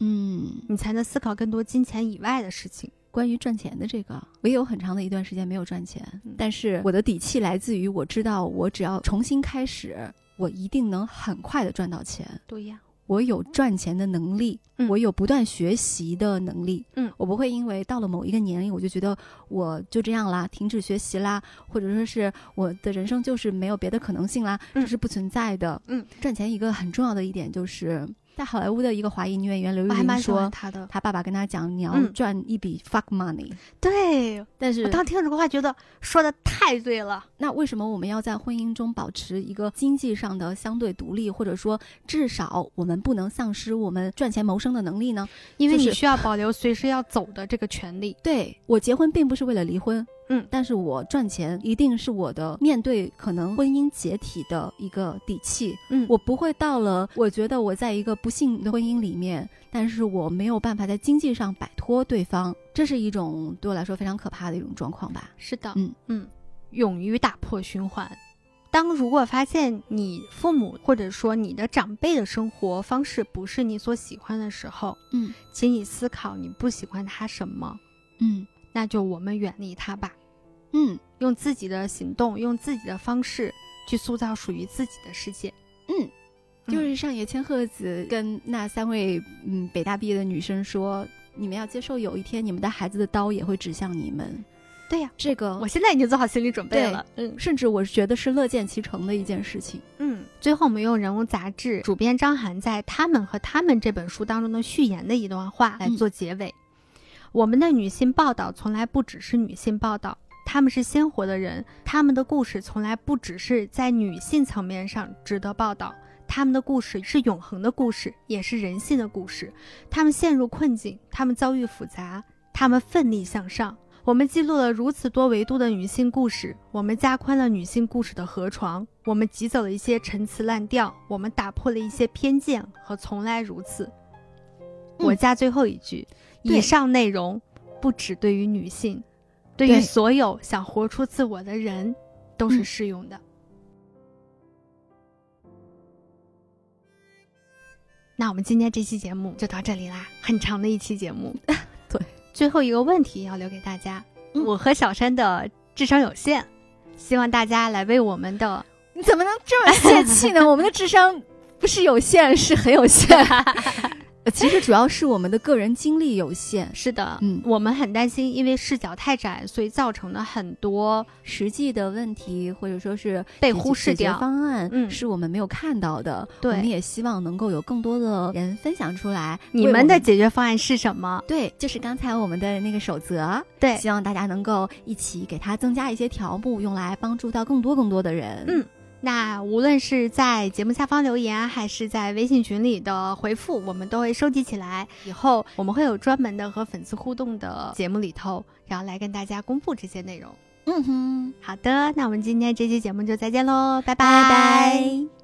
Speaker 3: 嗯，
Speaker 2: 你才能思考更多金钱以外的事情。
Speaker 3: 关于赚钱的这个，我也有很长的一段时间没有赚钱，
Speaker 2: 嗯
Speaker 3: 但是我的底气来自于我知道，我只要重新开始，我一定能很快的赚到钱。
Speaker 2: 对呀，
Speaker 3: 我有赚钱的能力，
Speaker 2: 嗯
Speaker 3: 我有不断学习的能力，
Speaker 2: 嗯
Speaker 3: 我不会因为到了某一个年龄，我就觉得我就这样啦，停止学习啦，或者说是我的人生就是没有别的可能性啦，
Speaker 2: 嗯
Speaker 3: 这是不存在的。
Speaker 2: 嗯，
Speaker 3: 赚钱一个很重要的一点就是，在好莱坞的一个华裔女演员刘玉
Speaker 2: 我还蛮
Speaker 3: 玲
Speaker 2: 喜欢
Speaker 3: 说，
Speaker 2: 他的。
Speaker 3: 她爸爸跟她讲，你要
Speaker 2: 嗯
Speaker 3: 赚一笔 fuck money，、
Speaker 2: 对
Speaker 3: 但
Speaker 2: 我
Speaker 3: 是
Speaker 2: 当听这个话，觉得说的太对了。
Speaker 3: 那为什么我们要在婚姻中保持一个经济上的相对独立，或者说至少我们不能丧失我们赚钱谋生的能力呢？
Speaker 2: 因为
Speaker 3: 就
Speaker 2: 你
Speaker 3: 是
Speaker 2: 需要保留随时要走的这个权利。
Speaker 3: 对我结婚并不是为了离婚，
Speaker 2: 嗯
Speaker 3: 但是我赚钱一定是我的面对可能婚姻解体的一个底气。
Speaker 2: 嗯
Speaker 3: 我不会到了我觉得我在一个不幸的婚姻里面，但是我没有办法在经济上摆脱对方，这是一种对我来说非常可怕的一种状况吧。
Speaker 2: 是的，
Speaker 3: 嗯
Speaker 2: 嗯，勇于打破循环。当如果发现你父母或者说你的长辈的生活方式不是你所喜欢的时候，
Speaker 3: 嗯
Speaker 2: 请你思考你不喜欢他什么，
Speaker 3: 嗯
Speaker 2: 那就我们远离他吧。
Speaker 3: 嗯
Speaker 2: 用自己的行动，用自己的方式去塑造属于自己的世界。
Speaker 3: 嗯，就是上野千鹤子跟那三位嗯北大毕业的女生说，你们要接受有一天你们的孩子的刀也会指向你们。
Speaker 2: 对呀
Speaker 3: 这个
Speaker 2: 我现在已经做好心理准备
Speaker 3: 对
Speaker 2: 了。嗯
Speaker 3: 甚至我是觉得是乐见其成的一件事情。
Speaker 2: 嗯。最后，我们用人物杂志主编张涵在《他们和他们》这本书当中的序言的一段话来做结尾。我们的女性报道从来不只是女性报道，她们是鲜活的人，她们的故事从来不只是在女性层面上值得报道，她们的故事是永恒的故事，也是人性的故事。她们陷入困境，她们遭遇复杂，她们奋力向上。我们记录了如此多维度的女性故事，我们加宽了女性故事的河床，我们挤走了一些陈词滥调，我们打破了一些偏见和从来如此。
Speaker 3: 嗯
Speaker 2: 我加最后一句，
Speaker 3: 对
Speaker 2: 以上内容不只对于女性，对
Speaker 3: 对
Speaker 2: 于所有想活出自我的人都是
Speaker 3: 嗯
Speaker 2: 适用的。那我们今天这期节目就到这里啦，很长的一期节目。
Speaker 3: 对，
Speaker 2: 最后一个问题要留给大家，
Speaker 3: 嗯
Speaker 2: 我和小山的智商有限，希望大家来为我们的，
Speaker 3: 你怎么能这么泄气 呢？我们的智商不是有限，是很有限。呃 其实主要是我们的个人经历有限
Speaker 2: 是的，
Speaker 3: 嗯
Speaker 2: 我们很担心，因为视角太窄，所以造成了很多
Speaker 3: 实际的问题或者说是
Speaker 2: 被
Speaker 3: 解决
Speaker 2: 忽视
Speaker 3: 解决
Speaker 2: 掉。
Speaker 3: 方案，
Speaker 2: 嗯
Speaker 3: 是我们没有看到的。
Speaker 2: 对
Speaker 3: 我们也希望能够有更多的人分享出来
Speaker 2: 你
Speaker 3: 为我
Speaker 2: 们的解决方案是什么？
Speaker 3: 对，就是刚才我们的那个守则，
Speaker 2: 对，
Speaker 3: 希望大家能够一起给它增加一些条目，用来帮助到更多更多的人。
Speaker 2: 嗯，那无论是在节目下方留言，还是在微信群里的回复，我们都会收集起来。以后我们会有专门的和粉丝互动的节目里头，然后来跟大家公布这些内容。
Speaker 3: 嗯哼，
Speaker 2: 好的，那我们今天这期节目就再见喽，拜
Speaker 3: 拜
Speaker 2: 拜
Speaker 3: 拜